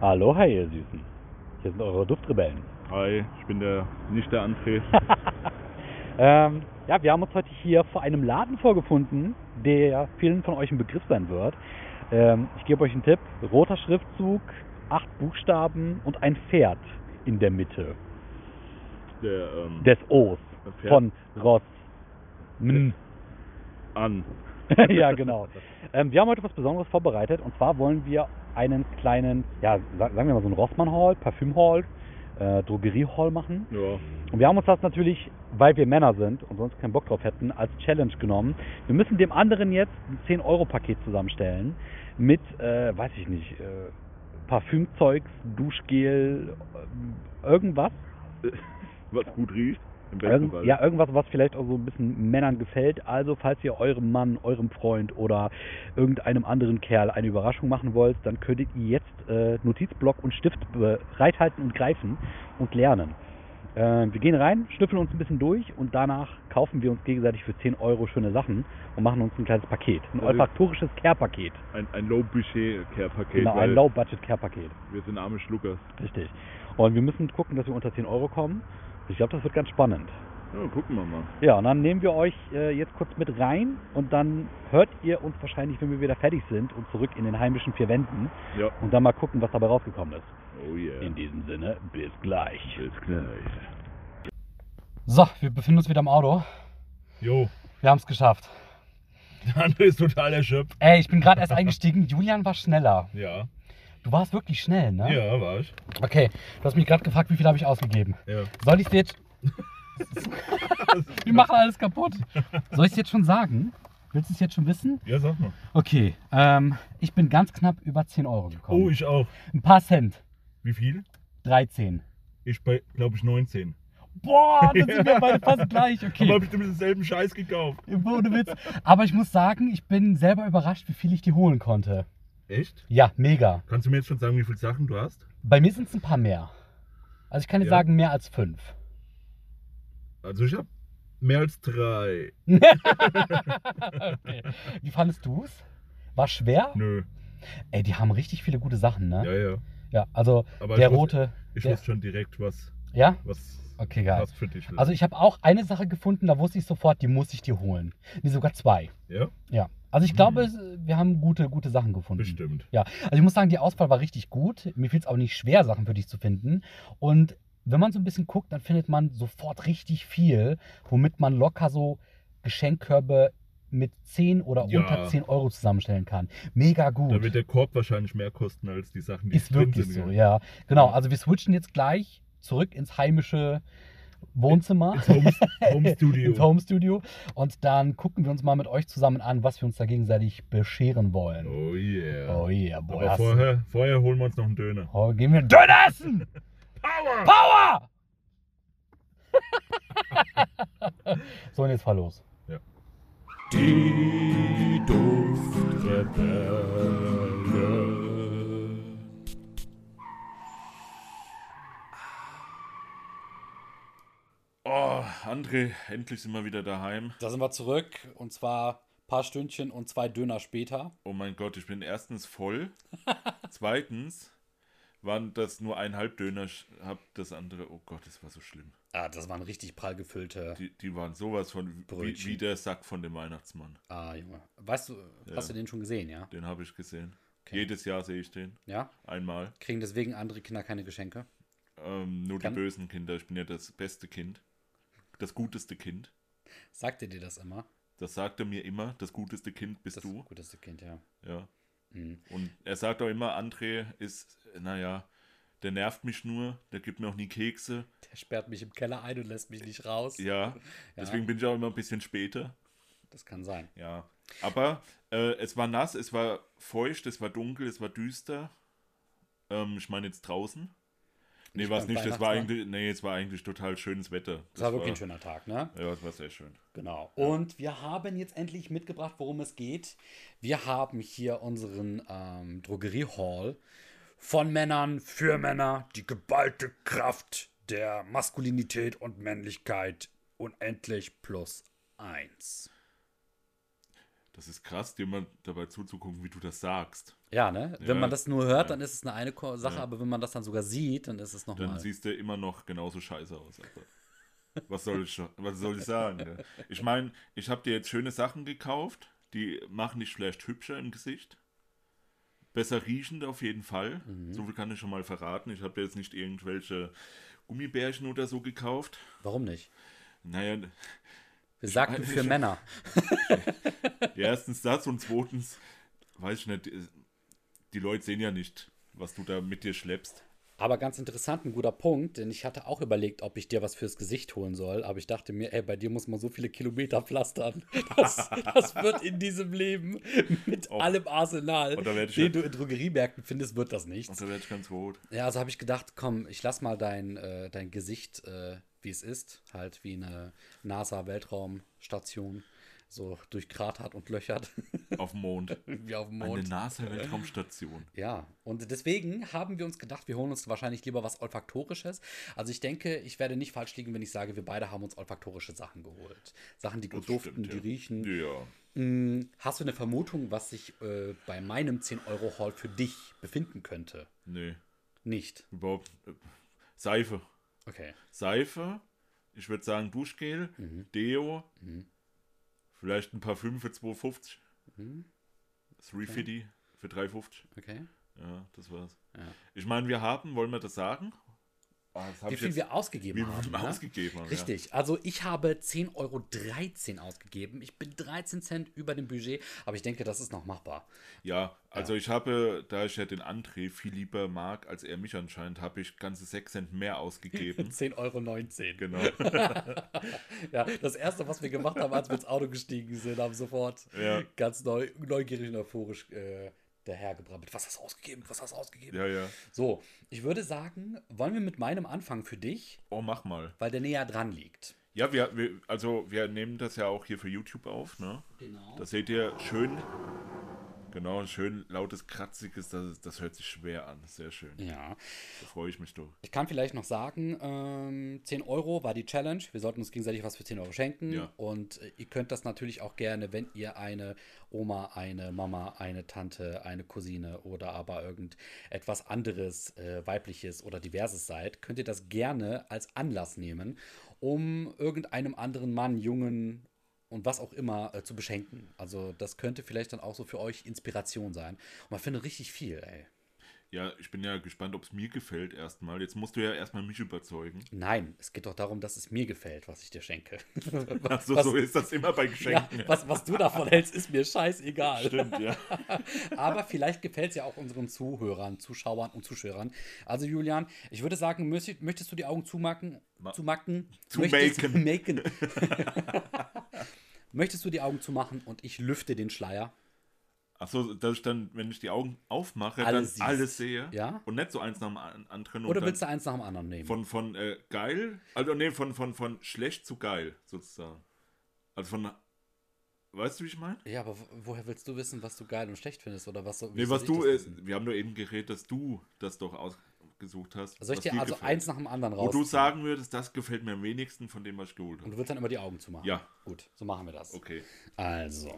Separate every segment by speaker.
Speaker 1: Aloha, ihr Süßen. Hier sind eure Duftrebellen.
Speaker 2: Hi, ich bin der nicht der André.
Speaker 1: ähm, ja, wir haben uns heute hier vor einem Laden vorgefunden, der vielen von euch ein Begriff sein wird. Ähm, ich gebe euch einen Tipp. Roter Schriftzug, acht Buchstaben und ein Pferd in der Mitte
Speaker 2: Der ähm,
Speaker 1: des O's
Speaker 2: Das Pferd.
Speaker 1: von Ross. Mn.
Speaker 2: An.
Speaker 1: ja, genau. Ähm, wir haben heute was Besonderes vorbereitet und zwar wollen wir einen kleinen, ja, sa- sagen wir mal so einen Rossmann-Hall, Parfüm-Hall, äh, Drogerie-Hall machen.
Speaker 2: Ja.
Speaker 1: Und wir haben uns das natürlich, weil wir Männer sind und sonst keinen Bock drauf hätten, als Challenge genommen. Wir müssen dem anderen jetzt ein 10-Euro-Paket zusammenstellen mit, äh, weiß ich nicht, äh, Parfümzeugs, Duschgel, äh, irgendwas.
Speaker 2: Was gut riecht, im besten
Speaker 1: Irgend,
Speaker 2: Fall.
Speaker 1: Ähm, ja, irgendwas, was vielleicht auch so ein bisschen Männern gefällt. Also, falls ihr eurem Mann, eurem Freund oder irgendeinem anderen Kerl eine Überraschung machen wollt, dann könntet ihr jetzt äh, Notizblock und Stift bereithalten und greifen und lernen. Äh, wir gehen rein, schnüffeln uns ein bisschen durch und danach kaufen wir uns gegenseitig für 10 Euro schöne Sachen und machen uns ein kleines Paket. Ein
Speaker 2: Also-
Speaker 1: olfaktorisches Care-Paket.
Speaker 2: Ein, ein Low-Budget-Care-Paket,
Speaker 1: Genau, ein
Speaker 2: weil
Speaker 1: Low-Budget-Care-Paket.
Speaker 2: wir sind arme Schluckers.
Speaker 1: Richtig. Und wir müssen gucken, dass wir unter 10 Euro kommen. Ich glaube, das wird ganz spannend.
Speaker 2: Ja, gucken wir mal.
Speaker 1: Ja, und dann nehmen wir euch äh, jetzt kurz mit rein und dann hört ihr uns wahrscheinlich, wenn wir wieder fertig sind und zurück in den heimischen vier Wänden
Speaker 2: Ja.
Speaker 1: und dann mal gucken, was dabei rausgekommen ist.
Speaker 2: Oh yeah.
Speaker 1: In diesem Sinne, bis gleich.
Speaker 2: Bis gleich.
Speaker 1: So, wir befinden uns wieder im Auto.
Speaker 2: Jo,
Speaker 1: Wir haben es geschafft.
Speaker 2: der André ist total erschöpft.
Speaker 1: Ey, ich bin gerade erst eingestiegen. Julian war schneller.
Speaker 2: Ja.
Speaker 1: Du warst wirklich schnell, ne?
Speaker 2: Ja, war ich.
Speaker 1: Okay, du hast mich gerade gefragt, wie viel habe ich ausgegeben.
Speaker 2: Ja.
Speaker 1: Soll ich dir jetzt... wir machen alles kaputt. Soll ich es jetzt schon sagen? Willst du es jetzt schon wissen?
Speaker 2: Ja, sag mal.
Speaker 1: Okay, ähm, ich bin ganz knapp über 10 Euro gekommen.
Speaker 2: Oh, ich auch.
Speaker 1: Ein paar Cent.
Speaker 2: Wie viel?
Speaker 1: 13.
Speaker 2: Ich bei, glaube ich, 19.
Speaker 1: Boah, das Oh, sind wir beide fast gleich. Okay.
Speaker 2: bestimmt denselben Scheiß gekauft.
Speaker 1: Ohne Witz. Aber ich muss sagen, ich bin selber überrascht, wie viel ich dir holen konnte.
Speaker 2: Echt?
Speaker 1: Ja, mega.
Speaker 2: Kannst du mir jetzt schon sagen, wie viele Sachen du hast?
Speaker 1: Bei mir sind es ein paar mehr. Also ich kann dir
Speaker 2: Ja.
Speaker 1: sagen, mehr als fünf.
Speaker 2: Also ich habe mehr als drei.
Speaker 1: Okay. Wie fandest du es? War schwer?
Speaker 2: Nö.
Speaker 1: Ey, die haben richtig viele gute Sachen, ne?
Speaker 2: Ja, ja.
Speaker 1: Ja, also
Speaker 2: Aber
Speaker 1: der
Speaker 2: ich wus-
Speaker 1: rote.
Speaker 2: Ich
Speaker 1: der,
Speaker 2: wusste schon direkt, was,
Speaker 1: ja?
Speaker 2: was,
Speaker 1: Okay, geil.
Speaker 2: was für dich ist.
Speaker 1: Also ich habe auch eine Sache gefunden, da wusste ich sofort, die muss ich dir holen. Nee, sogar zwei.
Speaker 2: ja,
Speaker 1: Ja. Also ich glaube, es- wir haben gute, gute Sachen gefunden.
Speaker 2: Mhm. bestimmt.
Speaker 1: Also ich muss sagen, die Auswahl war richtig gut. Mir fiel es auch nicht schwer, Sachen für dich zu finden. Und wenn man so ein bisschen guckt, dann findet man sofort richtig viel, womit man locker so Geschenkkörbe mit 10 oder
Speaker 2: Ja.
Speaker 1: unter 10 Euro zusammenstellen kann. Mega
Speaker 2: Da wird
Speaker 1: gut.
Speaker 2: der Korb wahrscheinlich mehr kosten als die Sachen, die
Speaker 1: Ist
Speaker 2: drin
Speaker 1: wirklich
Speaker 2: sind.
Speaker 1: so, ja. Genau, also wir switchen jetzt gleich zurück ins heimische Wohnzimmer.
Speaker 2: Ins Home, Home Studio.
Speaker 1: Ins Home Studio. Und dann gucken wir uns mal mit euch zusammen an, was wir uns da gegenseitig bescheren wollen.
Speaker 2: Oh yeah.
Speaker 1: Oh yeah, boy.
Speaker 2: Aber
Speaker 1: hast du-
Speaker 2: vorher, vorher holen wir uns noch einen Döner.
Speaker 1: Oh, gehen wir Döner essen!
Speaker 2: Power!
Speaker 1: Power! so, und jetzt fahr los.
Speaker 2: Die Duftrebelle. Oh, André, endlich sind wir wieder daheim.
Speaker 1: Da sind wir zurück und zwar ein paar Stündchen und zwei Döner später.
Speaker 2: Oh mein Gott, ich bin erstens voll. Zweitens waren das nur einhalb Döner, ich hab das andere. Oh Gott, das war so schlimm.
Speaker 1: Ah, das waren richtig prall gefüllte.
Speaker 2: Die, die waren sowas von wie,
Speaker 1: Brötchen.
Speaker 2: wie der Sack von dem Weihnachtsmann.
Speaker 1: Ah, Junge. Weißt du, hast du den schon gesehen, ja?
Speaker 2: Den habe ich gesehen.
Speaker 1: Okay.
Speaker 2: Jedes Jahr sehe ich den.
Speaker 1: Ja?
Speaker 2: Einmal.
Speaker 1: Kriegen deswegen andere Kinder keine Geschenke?
Speaker 2: Ähm, nur
Speaker 1: Kann-
Speaker 2: die bösen Kinder. Ich bin ja das beste Kind. Das guteste Kind.
Speaker 1: Sagt ihr dir das immer?
Speaker 2: Das sagt er mir immer. Das guteste Kind bist
Speaker 1: Das
Speaker 2: du.
Speaker 1: guteste Kind, ja.
Speaker 2: Ja.
Speaker 1: Mhm.
Speaker 2: Und er sagt auch immer, André ist, naja, der nervt mich nur. Der gibt mir auch nie Kekse.
Speaker 1: Der sperrt mich im Keller ein und lässt mich nicht raus.
Speaker 2: Ja. Deswegen bin ich auch immer ein bisschen später.
Speaker 1: Das kann sein.
Speaker 2: Ja. Aber äh, es war nass, es war feucht, es war dunkel, es war düster. Ähm, ich meine jetzt draußen. Nee,
Speaker 1: Nicht
Speaker 2: war es
Speaker 1: beim
Speaker 2: nicht. Das war
Speaker 1: Weihnachtsmann?
Speaker 2: eigentlich, nee, es war eigentlich total schönes Wetter.
Speaker 1: Das war wirklich ein schöner Tag, ne?
Speaker 2: Ja, es war sehr schön.
Speaker 1: Genau. Und wir haben jetzt endlich mitgebracht, worum es geht. Wir haben hier unseren ähm, Drogerie-Hall von Männern für Männer, die geballte Kraft der Maskulinität und Männlichkeit unendlich plus eins.
Speaker 2: Das ist krass, dir mal dabei zuzugucken, wie du das sagst.
Speaker 1: Ja, ne? Wenn
Speaker 2: Ja,
Speaker 1: man das nur hört,
Speaker 2: ja.
Speaker 1: dann ist es eine, eine Ko- Sache,
Speaker 2: Ja.
Speaker 1: aber wenn man das dann sogar sieht, dann ist es
Speaker 2: Dann
Speaker 1: nochmal.
Speaker 2: siehst du immer noch genauso scheiße aus. Alter. Was soll ich, schon- was soll ich sagen? Ne? Ich meine, ich habe dir jetzt schöne Sachen gekauft, die machen dich vielleicht hübscher im Gesicht. Besser riechend auf jeden Fall. So viel kann ich schon mal verraten. Ich habe dir jetzt nicht irgendwelche Gummibärchen oder so gekauft.
Speaker 1: Warum nicht?
Speaker 2: Naja,
Speaker 1: Wir sagten
Speaker 2: meine,
Speaker 1: für
Speaker 2: ich-
Speaker 1: Männer.
Speaker 2: erstens das und zweitens, weiß ich nicht, die Leute sehen ja nicht, was du da mit dir schleppst.
Speaker 1: Aber ganz interessant, ein guter Punkt, denn ich hatte auch überlegt, ob ich dir was fürs Gesicht holen soll, aber ich dachte mir, ey, bei dir muss man so viele Kilometer pflastern. Das, das wird in diesem Leben mit
Speaker 2: Oh.
Speaker 1: allem Arsenal,
Speaker 2: Und da werd ich
Speaker 1: den
Speaker 2: ja- Also
Speaker 1: du in Drogeriemärkten findest, wird das nichts.
Speaker 2: Und da werde ich ganz rot.
Speaker 1: Ja, also habe ich gedacht, komm, ich lass mal dein, äh, dein Gesicht, äh, wie es ist, halt wie eine NASA-Weltraumstation, so durchkratert und löchert,
Speaker 2: Auf dem Mond.
Speaker 1: wie auf dem
Speaker 2: Eine
Speaker 1: Mond.
Speaker 2: NASA-Weltraumstation.
Speaker 1: Ja, und deswegen haben wir uns gedacht, wir holen uns wahrscheinlich lieber was Olfaktorisches. Also ich denke, ich werde nicht falsch liegen, wenn ich sage, wir beide haben uns olfaktorische Sachen geholt. Sachen, die gut
Speaker 2: Das
Speaker 1: duften,
Speaker 2: stimmt,
Speaker 1: die
Speaker 2: ja.
Speaker 1: riechen.
Speaker 2: Ja.
Speaker 1: Hm, Hast du eine Vermutung, was sich äh, bei meinem 10-Euro-Haul für dich befinden könnte?
Speaker 2: Nee,
Speaker 1: Nicht.
Speaker 2: überhaupt. äh, Seife.
Speaker 1: Okay.
Speaker 2: Seife, ich würde sagen Duschgel,
Speaker 1: Mhm.
Speaker 2: Deo, vielleicht ein Parfüm für 2,50. 350 für 3,50.
Speaker 1: Hm, Okay.
Speaker 2: Ja, das war's.
Speaker 1: Ja.
Speaker 2: Ich meine, wir haben, wollen wir das sagen? Ah, das hab
Speaker 1: Wie
Speaker 2: ich
Speaker 1: viel
Speaker 2: jetzt-
Speaker 1: wir ausgegeben
Speaker 2: wie viel
Speaker 1: haben.
Speaker 2: wir
Speaker 1: ne?
Speaker 2: ausgegeben haben.
Speaker 1: Richtig. Also ich habe 10,13 Euro ausgegeben. Ich bin 13 Cent über dem Budget, aber ich denke, das ist noch machbar.
Speaker 2: Ja, ja also ich habe, da ich ja den André viel lieber mag, als er mich anscheinend, habe ich ganze 6 Cent mehr ausgegeben.
Speaker 1: 10,19 Euro.
Speaker 2: genau.
Speaker 1: Ja, das erste, was wir gemacht haben, als wir ins Auto gestiegen sind, haben sofort
Speaker 2: Ja.
Speaker 1: ganz neu, neugierig und euphorisch äh, dahergebrabbelt. Was hast du ausgegeben? Was hast du ausgegeben?
Speaker 2: Ja, ja.
Speaker 1: So, ich würde sagen, wollen wir mit meinem anfangen für dich,
Speaker 2: Oh, mach mal.
Speaker 1: weil der näher dran liegt.
Speaker 2: Ja, wir, wir, also wir nehmen das ja auch hier für YouTube auf, ne?
Speaker 1: Genau.
Speaker 2: Das seht ihr schön, genau, schön lautes, kratziges, das, ist- das hört sich schwer an. Sehr schön.
Speaker 1: Ja.
Speaker 2: Da freue ich mich doch.
Speaker 1: Ich kann vielleicht noch sagen, ähm, 10 Euro war die Challenge. Wir sollten uns gegenseitig was für 10 Euro schenken.
Speaker 2: Ja.
Speaker 1: Und äh, ihr könnt das natürlich auch gerne, wenn ihr eine Oma, eine Mama, eine Tante, eine Cousine oder aber irgendetwas anderes, äh, weibliches oder diverses seid, könnt ihr das gerne als Anlass nehmen, um irgendeinem anderen Mann, Jungen und was auch immer äh, zu beschenken. Also das könnte vielleicht dann auch so für euch Inspiration sein. Und man findet richtig viel, ey.
Speaker 2: Ja, ich bin ja gespannt, ob es mir gefällt erstmal. Jetzt musst du ja erstmal mich überzeugen.
Speaker 1: Nein, es geht doch darum, dass es mir gefällt, was ich dir schenke.
Speaker 2: Ach so,
Speaker 1: was-
Speaker 2: Also so ist das immer bei
Speaker 1: ja,
Speaker 2: Geschenken.
Speaker 1: was, was du davon hältst, ist mir scheißegal.
Speaker 2: Stimmt, ja.
Speaker 1: Aber vielleicht gefällt es ja auch unseren Zuhörern, Zuschauern und Zuschauern. Also Julian, ich würde sagen, möchtest, möchtest du die Augen zumachen?
Speaker 2: Ma-
Speaker 1: zumachen
Speaker 2: Zu
Speaker 1: möchtest,
Speaker 2: maken.
Speaker 1: maken. möchtest du die Augen zumachen und ich lüfte den Schleier?
Speaker 2: Ach so, dass ich dann, wenn ich die Augen aufmache,
Speaker 1: Alles
Speaker 2: dann
Speaker 1: siehst.
Speaker 2: alles sehe.
Speaker 1: Ja.
Speaker 2: Und nicht so eins nach dem an- anderen. und
Speaker 1: Oder
Speaker 2: dann
Speaker 1: willst du eins nach dem anderen nehmen?
Speaker 2: Von, von äh, geil, also nee, von, von, von schlecht zu geil, sozusagen. Also von, weißt du, wie ich meine?
Speaker 1: ja, aber wo- woher willst du wissen, was du geil und schlecht findest? Oder was, so- wie
Speaker 2: Nee,
Speaker 1: soll
Speaker 2: was
Speaker 1: ich
Speaker 2: du,
Speaker 1: das
Speaker 2: äh,
Speaker 1: wissen?
Speaker 2: wir haben doch eben geredet, dass du das doch ausgesucht hast.
Speaker 1: Soll ich
Speaker 2: was
Speaker 1: dir also
Speaker 2: gefällt.
Speaker 1: eins nach dem anderen
Speaker 2: Wo
Speaker 1: raus?
Speaker 2: du sagen würdest, das gefällt mir am wenigsten von dem, was ich geholt
Speaker 1: Und
Speaker 2: habe.
Speaker 1: du willst dann immer die Augen zumachen?
Speaker 2: Ja.
Speaker 1: Gut, so machen wir das.
Speaker 2: Okay.
Speaker 1: Also,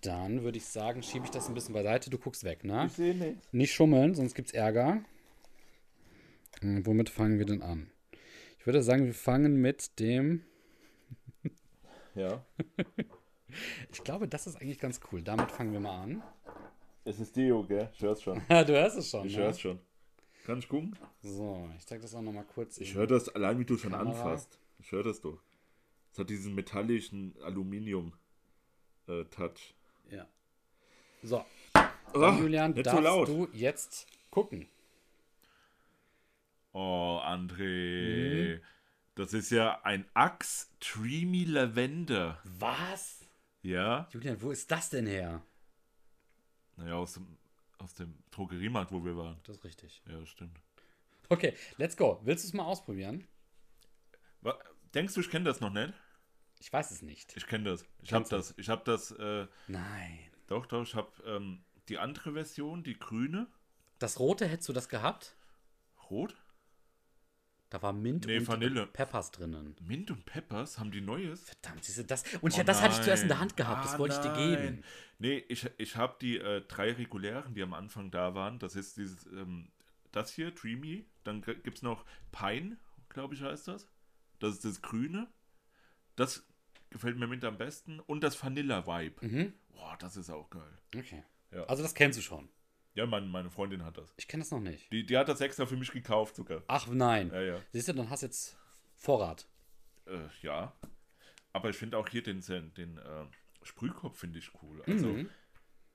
Speaker 1: dann würde ich sagen, schiebe ich das ein bisschen beiseite. Du guckst weg, ne?
Speaker 2: sehe nichts.
Speaker 1: Nicht schummeln, sonst gibt's Ärger. Hm, womit fangen wir denn an? Ich würde sagen, wir fangen mit dem.
Speaker 2: Ja.
Speaker 1: Ich glaube, das ist eigentlich ganz cool. Damit fangen wir mal an.
Speaker 2: Es ist Deo, gell? Ich hör's schon.
Speaker 1: Ja, du hörst es schon.
Speaker 2: Ich
Speaker 1: ne?
Speaker 2: hör's schon. Kann ich gucken?
Speaker 1: So, ich zeig das auch nochmal kurz.
Speaker 2: Ich höre das allein, wie du schon
Speaker 1: Kamera.
Speaker 2: anfasst. Ich höre das doch. Es hat diesen metallischen äh, Aluminium-Touch.
Speaker 1: Ja. So,
Speaker 2: Ah,
Speaker 1: dann, Julian,
Speaker 2: nicht
Speaker 1: darfst
Speaker 2: so laut.
Speaker 1: du jetzt gucken.
Speaker 2: Oh, André. Das ist ja ein Axe Dreamy Lavender.
Speaker 1: Was?
Speaker 2: Ja?
Speaker 1: Julian, wo ist das denn her?
Speaker 2: Naja, aus dem, aus dem Drogeriemarkt, wo wir waren.
Speaker 1: Das ist richtig.
Speaker 2: Ja, das stimmt.
Speaker 1: Okay, let's go. Willst du es mal ausprobieren?
Speaker 2: Wa- Denkst du, ich kenne das noch nicht?
Speaker 1: Ich weiß es nicht.
Speaker 2: Ich kenne das. Ich habe
Speaker 1: Kennst du?
Speaker 2: das. Ich habe das. Äh,
Speaker 1: Nein.
Speaker 2: doch, doch. Ich habe ähm, die andere Version, die grüne.
Speaker 1: Das rote hättest du das gehabt?
Speaker 2: Rot?
Speaker 1: Da war Mint
Speaker 2: Nee,
Speaker 1: und
Speaker 2: Vanille.
Speaker 1: Peppers drinnen.
Speaker 2: Mint und Peppers, haben die Neues?
Speaker 1: Verdammt, siehst du das? Und ich,
Speaker 2: Oh
Speaker 1: das hatte ich zuerst in der
Speaker 2: nein.
Speaker 1: Hand gehabt. Das
Speaker 2: Ah,
Speaker 1: wollte ich dir
Speaker 2: nein.
Speaker 1: geben.
Speaker 2: Nee, ich, ich habe die äh, drei regulären, die am Anfang da waren. Das ist dieses, ähm, das hier, Dreamy. Dann g- gibt's noch Pine, glaube ich, heißt das. Das ist das Grüne. Das gefällt mir mit am besten. Und das Vanilla Vibe.
Speaker 1: Mhm.
Speaker 2: Boah, das ist auch geil.
Speaker 1: Okay.
Speaker 2: Ja.
Speaker 1: Also das kennst du schon.
Speaker 2: Ja, mein, meine Freundin hat das.
Speaker 1: Ich kenne das noch nicht.
Speaker 2: Die, die hat das extra für mich gekauft sogar.
Speaker 1: Ach nein.
Speaker 2: Ja, ja.
Speaker 1: Siehst du, dann hast du jetzt Vorrat.
Speaker 2: Äh, ja. Aber ich finde auch hier den, Sen- den äh, Sprühkopf finde ich cool. Also,
Speaker 1: Mhm.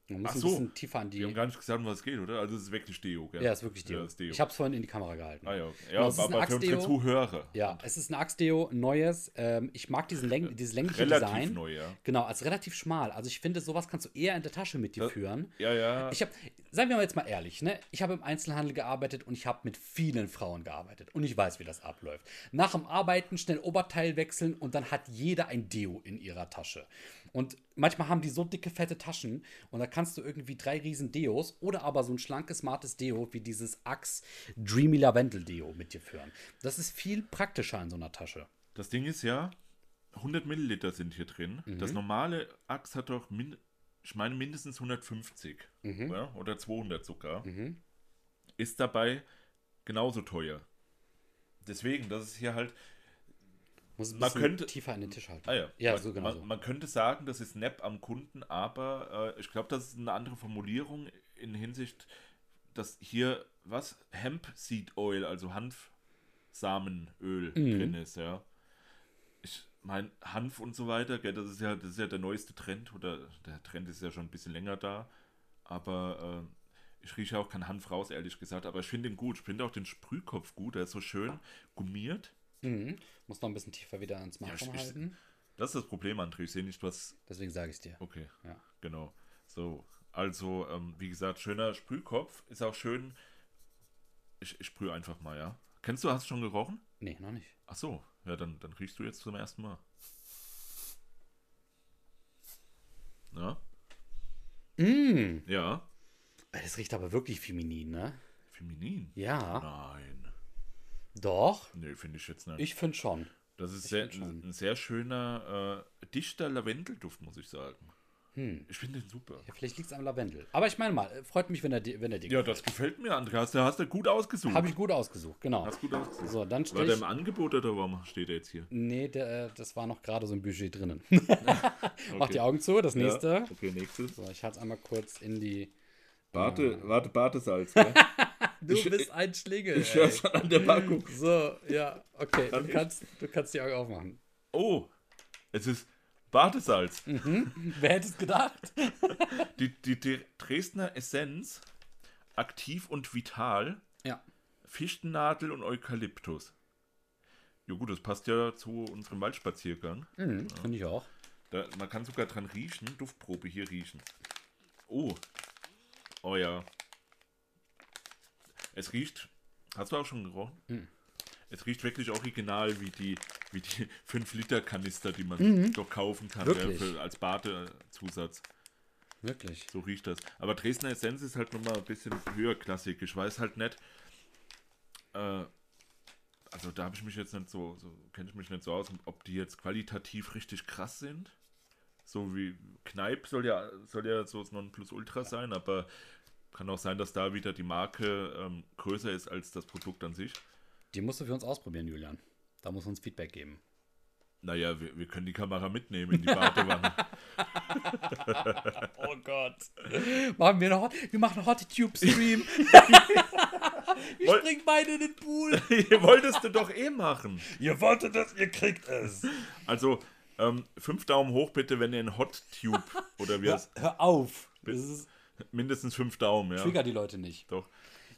Speaker 1: Man muss
Speaker 2: Ach
Speaker 1: ein
Speaker 2: so.
Speaker 1: bisschen tiefer an die.
Speaker 2: wir haben gar nicht gesagt, um was es geht, oder? Also, es ist wirklich Deo, gell?
Speaker 1: Ja, ist wirklich Deo.
Speaker 2: Ja, ist Deo.
Speaker 1: Ich habe es vorhin in die Kamera gehalten.
Speaker 2: Ah ja, ja
Speaker 1: Genau, es ist ein
Speaker 2: aber für unsere
Speaker 1: Axt-Deo.
Speaker 2: Zuhörer.
Speaker 1: Ja, es ist ein Axt-Deo, ein neues. Ähm, ich mag diesen Läng dieses längliche
Speaker 2: Relativ
Speaker 1: Design.
Speaker 2: neu, ja.
Speaker 1: Genau, als relativ schmal. Also ich finde, sowas kannst du eher in der Tasche mit dir
Speaker 2: Das-
Speaker 1: führen.
Speaker 2: Ja, ja.
Speaker 1: Ich habe, seien wir mal jetzt mal ehrlich, ne? Ich habe im Einzelhandel gearbeitet und ich habe mit vielen Frauen gearbeitet und ich weiß, wie das abläuft. Nach dem Arbeiten schnell Oberteil wechseln und dann hat jeder ein Deo in ihrer Tasche. Und manchmal haben die so dicke, fette Taschen und da kannst du irgendwie drei riesen Deos oder aber so ein schlankes, smartes Deo wie dieses Axe Dreamy Lavendel Deo mit dir führen. Das ist viel praktischer in so einer Tasche.
Speaker 2: Das Ding ist ja, 100 Milliliter sind hier drin.
Speaker 1: Mhm.
Speaker 2: Das normale Axt hat doch, min, ich meine, mindestens 150
Speaker 1: Mhm.
Speaker 2: ja, oder 200 sogar. Ist dabei genauso teuer. Deswegen, das ist hier halt,
Speaker 1: Muss ein
Speaker 2: Man
Speaker 1: bisschen
Speaker 2: könnte-
Speaker 1: tiefer in den Tisch halten.
Speaker 2: ah ja,
Speaker 1: ja
Speaker 2: man,
Speaker 1: so genau
Speaker 2: man,
Speaker 1: so.
Speaker 2: man könnte sagen, das ist nepp am Kunden, aber äh, ich glaube, das ist eine andere Formulierung in Hinsicht, dass hier, was? Hemp Seed Oil, also Hanfsamenöl
Speaker 1: Mhm.
Speaker 2: drin ist, ja. Ich meine, Hanf und so weiter, gell, das ist ja, das ist ja der neueste Trend oder der Trend ist ja schon ein bisschen länger da, aber äh, ich rieche auch keinen Hanf raus, ehrlich gesagt, aber ich finde ihn gut. Ich finde auch den Sprühkopf gut, der ist so schön gummiert.
Speaker 1: Mhm. Muss noch ein bisschen tiefer wieder ans Smartphone
Speaker 2: ich- ich-
Speaker 1: halten.
Speaker 2: Das ist das Problem, André. Ich sehe nicht, was
Speaker 1: Deswegen sage ich dir.
Speaker 2: Okay,
Speaker 1: Ja.
Speaker 2: genau. So, also, ähm, wie gesagt, schöner Sprühkopf. Ist auch schön. Ich, ich sprühe einfach mal, ja. Kennst du, hast du schon gerochen?
Speaker 1: Nee, noch nicht.
Speaker 2: Ach so, ja, dann, dann riechst du jetzt zum ersten Mal. Ja,
Speaker 1: Mm.
Speaker 2: ja.
Speaker 1: Das riecht aber wirklich feminin, ne?
Speaker 2: Feminin?
Speaker 1: Ja,
Speaker 2: Nein.
Speaker 1: doch.
Speaker 2: Nee, finde ich jetzt nicht.
Speaker 1: Ich finde schon.
Speaker 2: das ist sehr,
Speaker 1: find schon.
Speaker 2: ein sehr schöner, äh, dichter Lavendelduft, muss ich sagen.
Speaker 1: Hm.
Speaker 2: Ich finde den super.
Speaker 1: Ja, vielleicht liegt es am Lavendel. Aber ich meine mal, äh, freut mich, wenn er dir. Wenn er dir
Speaker 2: Ja, das gefällt mir, André. Hast du hast du gut ausgesucht.
Speaker 1: Habe ich gut ausgesucht, genau.
Speaker 2: Hast du gut ausgesucht.
Speaker 1: So, dann
Speaker 2: War
Speaker 1: stelle
Speaker 2: der
Speaker 1: ich.
Speaker 2: im Angebot oder warum steht er jetzt hier?
Speaker 1: Nee, der, äh, das war noch gerade so ein Budget drinnen. Mach die Augen zu, das nächste.
Speaker 2: Ja, okay, nächstes.
Speaker 1: So, ich halte es einmal kurz in die.
Speaker 2: Warte, warte, Bartesalz. Gell?
Speaker 1: Du
Speaker 2: Ich-
Speaker 1: bist ein Schlingel.
Speaker 2: ich höre schon an der Packung.
Speaker 1: So, ja, okay.
Speaker 2: Kann
Speaker 1: Du
Speaker 2: ich?
Speaker 1: kannst, du kannst die Augen aufmachen.
Speaker 2: Oh, es ist Bartesalz.
Speaker 1: Hm. Wer hätte es gedacht?
Speaker 2: Die, die, die Dresdner Essenz, aktiv und vital,
Speaker 1: Ja.
Speaker 2: Fichtennadel und Eukalyptus. Jo gut, das passt ja zu unserem Waldspaziergang.
Speaker 1: Mhm, Finde ich auch.
Speaker 2: Da, man kann sogar dran riechen, Duftprobe hier riechen. Oh, oh ja. Es riecht, hast du auch schon gerochen? Es riecht wirklich original wie die, wie die 5-Liter-Kanister, die man doch kaufen kann.
Speaker 1: Wirklich?
Speaker 2: für, als Badezusatz.
Speaker 1: Wirklich.
Speaker 2: So riecht das. Aber Dresdner Essenz ist halt nochmal ein bisschen höherklassig. Ich weiß halt nicht. Äh, also da habe ich mich jetzt nicht so, so kenne ich mich nicht so aus, ob die jetzt qualitativ richtig krass sind. So wie Kneip soll ja, soll ja so das Nonplusultra sein, aber kann auch sein, dass da wieder die Marke ähm, größer ist als das Produkt an sich.
Speaker 1: Die musst du für uns ausprobieren, Julian. Da muss uns Feedback geben.
Speaker 2: Naja, wir, wir können die Kamera mitnehmen in die Badewanne.
Speaker 1: Oh Gott. Machen wir, noch, wir machen einen Hot Tube Stream. wir
Speaker 2: Woll-
Speaker 1: springen beide in den Pool.
Speaker 2: Wolltest du doch eh machen.
Speaker 1: ihr wolltet das, ihr kriegt es.
Speaker 2: Also, ähm, fünf Daumen hoch bitte, wenn ihr einen Hot Tube oder wie das.
Speaker 1: Hör auf. Das ist,
Speaker 2: Mindestens fünf Daumen, ja.
Speaker 1: trigger die Leute nicht.
Speaker 2: Doch.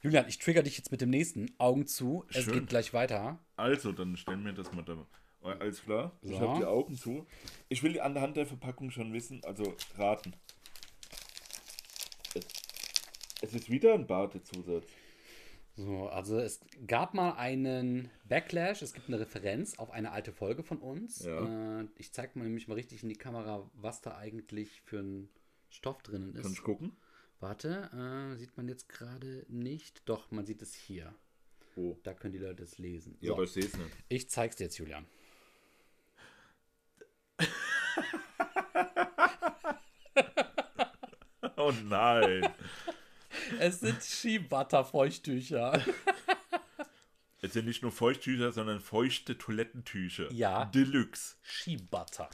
Speaker 1: Julian, ich trigger dich jetzt mit dem nächsten. Augen zu. Es
Speaker 2: Schön.
Speaker 1: geht gleich weiter.
Speaker 2: Also, dann stellen wir das mal da. Alles klar. Ich
Speaker 1: So.
Speaker 2: habe die Augen zu. Ich will an der Hand der Verpackung schon wissen, also raten. Es, es ist wieder ein Bartezusatz.
Speaker 1: So, also es gab mal einen Backlash, es gibt eine Referenz auf eine alte Folge von uns.
Speaker 2: Ja.
Speaker 1: Äh, ich zeig mal nämlich mal richtig in die Kamera, was da eigentlich für ein Stoff drinnen ist.
Speaker 2: Kann ich gucken?
Speaker 1: Warte, äh, sieht man jetzt gerade nicht. Doch, man sieht es hier.
Speaker 2: Wo?
Speaker 3: Da können die Leute es lesen.
Speaker 2: Ja,
Speaker 3: So,
Speaker 2: Oh. aber ich sehe es nicht.
Speaker 3: ich zeig's dir jetzt, Julian.
Speaker 2: Oh nein.
Speaker 3: Es sind Shibata-Feuchttücher.
Speaker 2: es sind nicht nur Feuchttücher, sondern feuchte Toilettentücher.
Speaker 3: Ja.
Speaker 2: Deluxe.
Speaker 3: Shibata.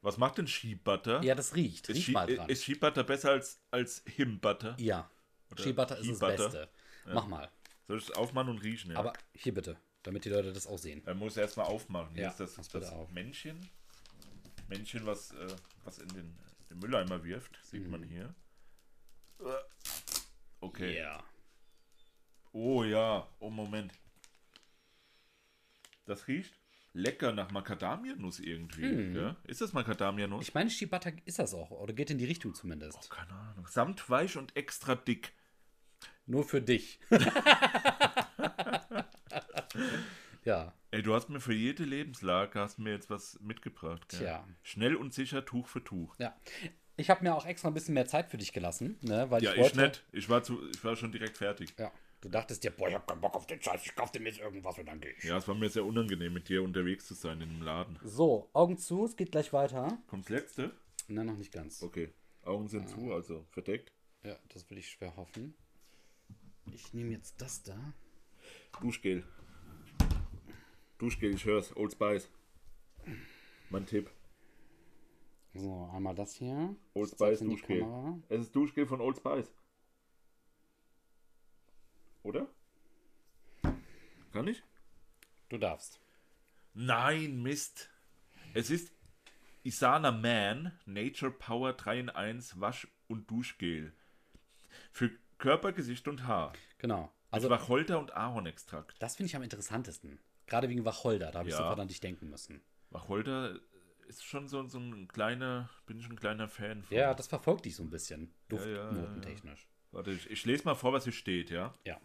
Speaker 2: Was macht denn Skibutter?
Speaker 3: Ja, das riecht.
Speaker 2: Ist,
Speaker 3: Riech
Speaker 2: Ski,
Speaker 3: mal dran.
Speaker 2: ist Skibutter besser als, als Himbutter?
Speaker 3: ja. Shibata ist das
Speaker 2: Shibata.
Speaker 3: Beste. Mach mal.
Speaker 2: Soll ich es aufmachen und riechen? Ja?
Speaker 3: Aber hier bitte, damit die Leute das auch sehen.
Speaker 2: Man muss erstmal aufmachen. Hier
Speaker 3: Ja,
Speaker 2: ist das,
Speaker 3: mach's
Speaker 2: das,
Speaker 3: bitte auf.
Speaker 2: Männchen. Männchen, was, äh, was in den, den Mülleimer wirft, sieht
Speaker 3: Mhm.
Speaker 2: man hier. Okay.
Speaker 3: Ja.
Speaker 2: Oh ja. Oh, Moment. Das riecht lecker nach Macadamianuss irgendwie. Gell? Ist das Macadamianuss?
Speaker 3: Mhm. Ich meine, Shibata ist das auch. Oder geht in die Richtung zumindest.
Speaker 2: Keine Ahnung. Samtweich und extra dick.
Speaker 3: Nur für dich. ja.
Speaker 2: Ey, du hast mir für jede Lebenslage hast mir jetzt was mitgebracht. Gell?
Speaker 3: Tja.
Speaker 2: Schnell und sicher Tuch für Tuch.
Speaker 3: Ja. Ich habe mir auch extra ein bisschen mehr Zeit für dich gelassen, ne? Weil
Speaker 2: Ja,
Speaker 3: ich
Speaker 2: ich
Speaker 3: wollte.
Speaker 2: nicht. Ich war, zu, ich war schon direkt fertig.
Speaker 3: Ja. Du dachtest dir, boah, ich hab keinen Bock auf den Scheiß, ich kauf dem jetzt irgendwas und dann geh ich.
Speaker 2: Ja, es war mir sehr unangenehm, mit dir unterwegs zu sein in dem Laden.
Speaker 3: So, Augen zu, es geht gleich weiter.
Speaker 2: Kommt's letzte?
Speaker 3: Nein, noch nicht ganz.
Speaker 2: Okay. Augen sind zu, also verdeckt.
Speaker 3: Ja, das will ich schwer hoffen. Ich nehme jetzt das da.
Speaker 2: Duschgel. Duschgel, ich hör's. Old Spice. Mein Tipp.
Speaker 3: So, einmal das hier.
Speaker 2: Old
Speaker 3: Ich zeig's
Speaker 2: Spice
Speaker 3: in die
Speaker 2: Duschgel.
Speaker 3: Kamera.
Speaker 2: Es ist Duschgel von Old Spice. Oder? Kann ich?
Speaker 3: Du darfst.
Speaker 2: Nein, Mist. Es ist Isana Man Nature Power 3 in 1 Wasch- und Duschgel. Für Körper, Gesicht und Haar.
Speaker 3: Genau.
Speaker 2: Also
Speaker 3: Also,
Speaker 2: Wacholder und Ahornextrakt.
Speaker 3: das finde ich am interessantesten. Gerade wegen Wacholder, da habe ich
Speaker 2: Ja.
Speaker 3: sofort an dich denken müssen.
Speaker 2: Wacholder ist schon so, so ein kleiner, bin ich ein kleiner Fan von.
Speaker 3: Ja, das verfolgt dich so ein bisschen.
Speaker 2: ja, ja.
Speaker 3: Duftnotentechnisch.
Speaker 2: Warte, ich, ich lese mal vor, was hier steht, ja?
Speaker 3: Ja,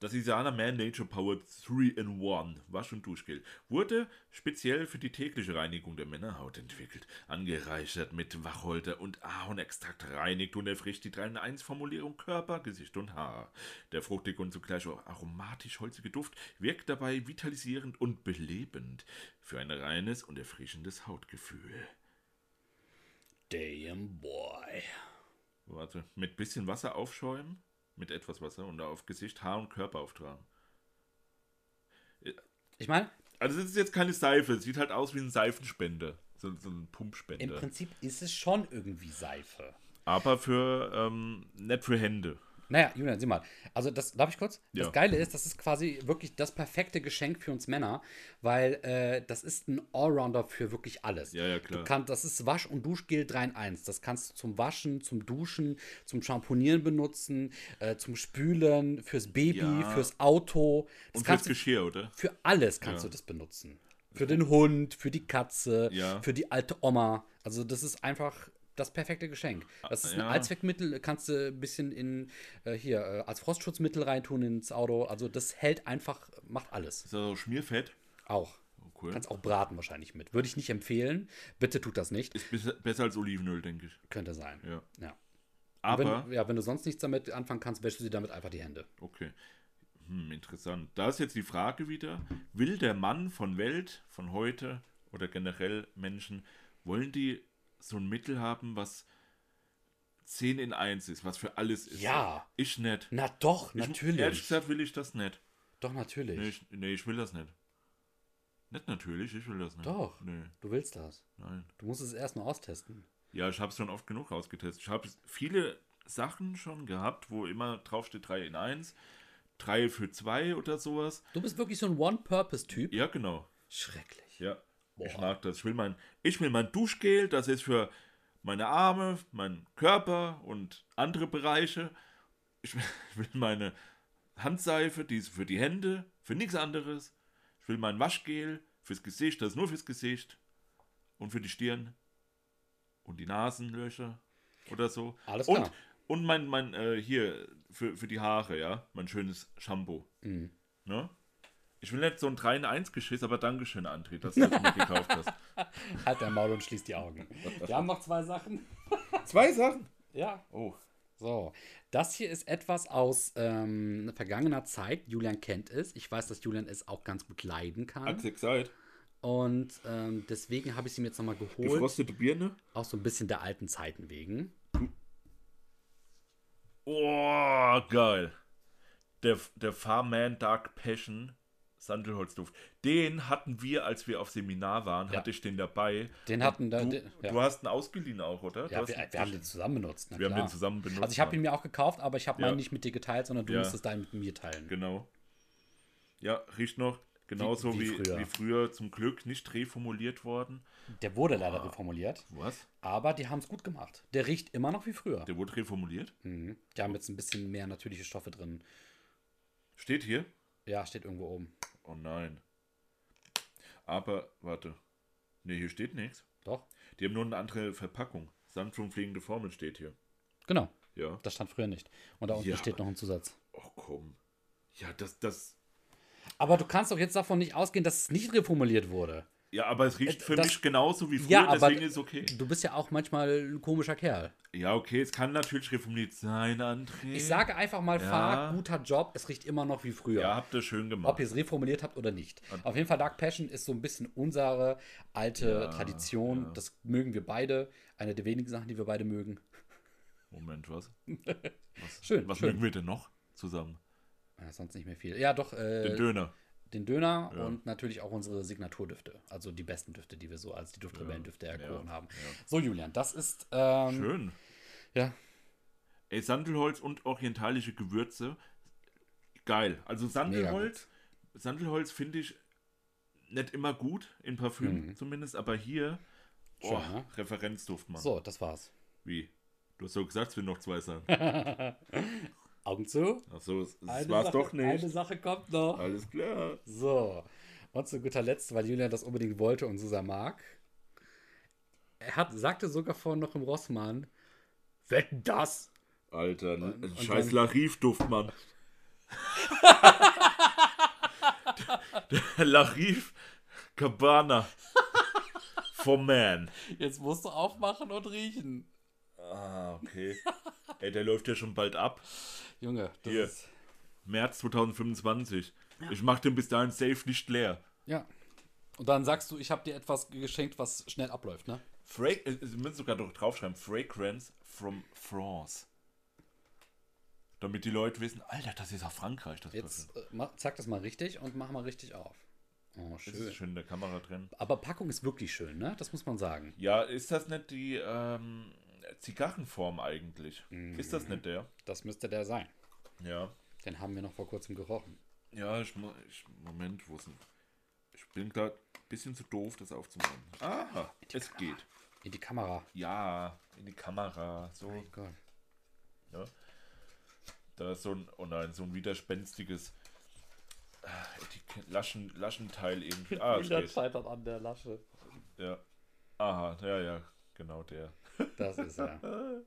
Speaker 2: Das Isana Man Nature Power 3 in 1 Wasch- und Duschgel wurde speziell für die tägliche Reinigung der Männerhaut entwickelt, angereichert mit Wacholder und Ahornextrakt reinigt und erfrischt die 3 in 1 Formulierung Körper, Gesicht und Haar. Der fruchtige und zugleich auch aromatisch holzige Duft wirkt dabei vitalisierend und belebend für ein reines und erfrischendes Hautgefühl.
Speaker 3: Damn boy.
Speaker 2: Warte, mit bisschen Wasser aufschäumen, mit etwas Wasser und auf Gesicht, Haar und Körper auftragen.
Speaker 3: Ich meine,
Speaker 2: Also es ist jetzt keine Seife, es sieht halt aus wie ein Seifenspender. So, so ein
Speaker 3: im
Speaker 2: Pumpspender.
Speaker 3: Prinzip ist es schon irgendwie Seife.
Speaker 2: Aber für ähm, nicht für Hände.
Speaker 3: Naja, Julian, sieh mal. Also, das darf ich kurz?
Speaker 2: Ja.
Speaker 3: Das Geile ist, das ist quasi wirklich das perfekte Geschenk für uns Männer, weil äh, das ist ein Allrounder für wirklich alles.
Speaker 2: Ja, ja, klar.
Speaker 3: Du kannst, das ist Wasch- und Duschgel 3 in 1. Das kannst du zum Waschen, zum Duschen, zum Shampoonieren benutzen, äh, zum Spülen, fürs Baby,
Speaker 2: Ja.
Speaker 3: fürs Auto. Das
Speaker 2: Und fürs
Speaker 3: kannst du
Speaker 2: Geschirr, oder?
Speaker 3: Für alles kannst du das benutzen. Für den Hund, für die Katze,
Speaker 2: Ja.
Speaker 3: für die alte Oma. Also das ist einfach das perfekte Geschenk. Das ist ein
Speaker 2: ja.
Speaker 3: Allzweckmittel, kannst du ein bisschen in äh, hier äh, als Frostschutzmittel reintun ins Auto. Also das hält einfach, macht alles.
Speaker 2: Ist das auch Schmierfett? Oh,
Speaker 3: Auch.
Speaker 2: cool.
Speaker 3: Kannst auch braten wahrscheinlich mit. Würde ich nicht empfehlen. Bitte tut das nicht.
Speaker 2: Ist besser, besser als Olivenöl, denke ich.
Speaker 3: Könnte sein.
Speaker 2: Ja.
Speaker 3: ja.
Speaker 2: Aber,
Speaker 3: Wenn, ja, wenn du sonst nichts damit anfangen kannst, wäschst du dir damit einfach die Hände.
Speaker 2: okay. Hm, interessant. Da ist jetzt die Frage wieder, will der Mann von Welt, von heute oder generell Menschen, wollen die so ein Mittel haben, was 10 in 1 ist, was für alles ist?
Speaker 3: Ja.
Speaker 2: Ich nicht.
Speaker 3: Na doch,
Speaker 2: Ich, ehrlich
Speaker 3: natürlich.
Speaker 2: gesagt will ich das nicht.
Speaker 3: doch, natürlich.
Speaker 2: Nee ich, nee, ich will das nicht. Nicht natürlich, ich will das nicht.
Speaker 3: Doch.
Speaker 2: Nee,
Speaker 3: Du willst das.
Speaker 2: nein.
Speaker 3: Du musst es erst mal austesten.
Speaker 2: Ja, ich habe es schon oft genug ausgetestet. Ich habe viele Sachen schon gehabt, wo immer draufsteht 3 in 1, 3 für 2 oder sowas.
Speaker 3: Du bist wirklich so ein One-Purpose-Typ.
Speaker 2: Ja, genau.
Speaker 3: Schrecklich.
Speaker 2: Ja. Ich mag das. Ich will, mein, ich will mein Duschgel, das ist für meine Arme, meinen Körper und andere Bereiche. Ich will ich will meine Handseife, die ist für die Hände, für nichts anderes. Ich will mein Waschgel fürs Gesicht, das ist nur fürs Gesicht. Und für die Stirn und die Nasenlöcher oder so.
Speaker 3: Alles
Speaker 2: und,
Speaker 3: klar.
Speaker 2: Und mein, mein äh, hier, für, für die Haare, ja, mein schönes Shampoo.
Speaker 3: Mhm.
Speaker 2: Ne? Ich will nicht so ein 3 in 1 Geschiss, aber Dankeschön, André, dass du das mir gekauft hast.
Speaker 3: Halt dein Maul und schließ die Augen. Wir haben noch zwei Sachen.
Speaker 2: Zwei Sachen.
Speaker 3: Ja.
Speaker 2: Oh.
Speaker 3: So, das hier ist etwas aus ähm, vergangener Zeit. Julian kennt es. Ich weiß, dass Julian es auch ganz gut leiden kann.
Speaker 2: Axel Seid.
Speaker 3: Und ähm, deswegen habe ich sie mir jetzt nochmal geholt.
Speaker 2: Gefrostete Birne.
Speaker 3: Auch so ein bisschen der alten Zeiten wegen.
Speaker 2: Oh, geil. Der, der Farman Dark Passion Sandelholzduft. Den hatten wir, als wir auf Seminar waren,
Speaker 3: Ja.
Speaker 2: hatte ich den dabei.
Speaker 3: Den hatten da.
Speaker 2: Du,
Speaker 3: den, ja.
Speaker 2: du hast ihn ausgeliehen auch, oder? du
Speaker 3: ja,
Speaker 2: hast
Speaker 3: wir,
Speaker 2: ihn-
Speaker 3: wir haben den zusammen benutzt. Na
Speaker 2: wir haben
Speaker 3: klar.
Speaker 2: den zusammen benutzt.
Speaker 3: Also ich habe
Speaker 2: Mann.
Speaker 3: ihn mir auch gekauft, aber ich habe
Speaker 2: Ja.
Speaker 3: meinen nicht mit dir geteilt, sondern du
Speaker 2: Ja.
Speaker 3: musstest deinen mit mir teilen.
Speaker 2: Genau. Ja, riecht noch genauso
Speaker 3: wie
Speaker 2: wie, wie,
Speaker 3: früher.
Speaker 2: früher. zum Glück nicht reformuliert worden.
Speaker 3: Der wurde leider reformuliert,
Speaker 2: Was?
Speaker 3: aber die haben es gut gemacht. Der riecht immer noch wie früher.
Speaker 2: Der wurde reformuliert?
Speaker 3: Mhm. Die haben jetzt ein bisschen mehr natürliche Stoffe drin.
Speaker 2: Steht hier?
Speaker 3: Ja, steht irgendwo oben.
Speaker 2: Oh nein. Aber, warte. Ne, hier steht nichts.
Speaker 3: Doch?
Speaker 2: Die haben nur eine andere Verpackung. Sandsturm fliegende Formel steht hier.
Speaker 3: Genau,
Speaker 2: Ja.
Speaker 3: das stand früher nicht. Und da unten
Speaker 2: Ja.
Speaker 3: steht noch ein Zusatz.
Speaker 2: Oh komm. Ja, das, das.
Speaker 3: Aber du kannst doch jetzt davon nicht ausgehen, dass es nicht reformuliert wurde.
Speaker 2: Ja, aber es riecht
Speaker 3: Äh,
Speaker 2: für
Speaker 3: das-
Speaker 2: mich genauso wie früher,
Speaker 3: Ja, aber-
Speaker 2: deswegen ist okay.
Speaker 3: Du bist ja auch manchmal ein komischer Kerl.
Speaker 2: Ja, okay, es kann natürlich reformuliert sein, André.
Speaker 3: Ich sage einfach mal,
Speaker 2: Mhm. Ja.
Speaker 3: Fahrt, guter Job, es riecht immer noch wie früher.
Speaker 2: Ja, habt ihr schön gemacht.
Speaker 3: Ob ihr es reformuliert habt oder nicht. Auf jeden Fall, Dark Passion ist so ein bisschen unsere alte Tradition. Das mögen wir beide. Eine der wenigen Sachen, die wir beide mögen.
Speaker 2: Moment, was? was
Speaker 3: Schön,
Speaker 2: Was
Speaker 3: schön.
Speaker 2: mögen wir denn noch zusammen?
Speaker 3: Ja, Ah, sonst nicht mehr viel. Ja, doch,
Speaker 2: Den
Speaker 3: äh, den,
Speaker 2: Döner.
Speaker 3: Döner und natürlich auch unsere Signaturdüfte. Also die besten Düfte, die wir so als die Duftrebellendüfte erkoren haben. So, Julian, das ist. Ähm,
Speaker 2: Schön.
Speaker 3: Ja,
Speaker 2: Ey, Sandelholz und orientalische Gewürze. Geil. Also Sandelholz, Sandelholz finde ich nicht immer gut, in Parfüm
Speaker 3: Mhm.
Speaker 2: zumindest, aber hier
Speaker 3: Schön,
Speaker 2: oh,
Speaker 3: ne?
Speaker 2: Referenzduft, Mann.
Speaker 3: so, das war's.
Speaker 2: Wie? Du hast doch gesagt, es will noch zwei sein.
Speaker 3: Augen zu.
Speaker 2: Achso, es, es
Speaker 3: Eine
Speaker 2: war es
Speaker 3: Sache-
Speaker 2: doch nicht.
Speaker 3: Eine Sache kommt noch.
Speaker 2: Alles klar.
Speaker 3: So, und zu guter Letzt, weil Julian das unbedingt wollte und Susa mag. Er hat, sagte sogar vorhin noch im Rossmann, wetten das?
Speaker 2: Alter, ein
Speaker 3: und
Speaker 2: scheiß
Speaker 3: dann-
Speaker 2: Larif-Duft, Mann. Der Larif Cabana. For man.
Speaker 3: Jetzt musst du aufmachen und riechen.
Speaker 2: Ah, okay. Ey, der läuft ja schon bald ab.
Speaker 3: Junge, das
Speaker 2: Hier.
Speaker 3: ist.
Speaker 2: März 2025. Ich mach den bis dahin safe nicht leer.
Speaker 3: Ja. Und dann sagst du, ich habe dir etwas geschenkt, was schnell abläuft, ne?
Speaker 2: Fra äh, Sie müssen sogar doch draufschreiben, Fragrance from France. Damit die Leute wissen, Alter, das ist aus Frankreich. Das Parfüm.
Speaker 3: Jetzt äh, mach, zack das mal richtig und mach mal richtig auf. Oh,
Speaker 2: Das ist
Speaker 3: schön.
Speaker 2: schön in der Kamera drin.
Speaker 3: Aber Packung ist wirklich schön, ne? Das muss man sagen.
Speaker 2: Ja, ist das nicht die ähm, Zigarrenform eigentlich?
Speaker 3: Mhm.
Speaker 2: Ist das nicht der?
Speaker 3: Das müsste der sein.
Speaker 2: Ja.
Speaker 3: Den haben wir noch vor kurzem gerochen.
Speaker 2: Ja, ich, mu- ich Moment, wo ist denn? Ich bin gerade ein bisschen zu doof, das aufzumachen. Aha, es geht.
Speaker 3: In die Kamera.
Speaker 2: Ja, in die Kamera. So,
Speaker 3: Gott.
Speaker 2: ja. Da ist so ein, oh nein, so ein widerspenstiges ah, Etikett, Laschen, Laschenteil irgendwie. Ah, es geht.
Speaker 3: scheitert an der Lasche.
Speaker 2: Ja. Aha, ja, ja, genau der.
Speaker 3: Das ist er.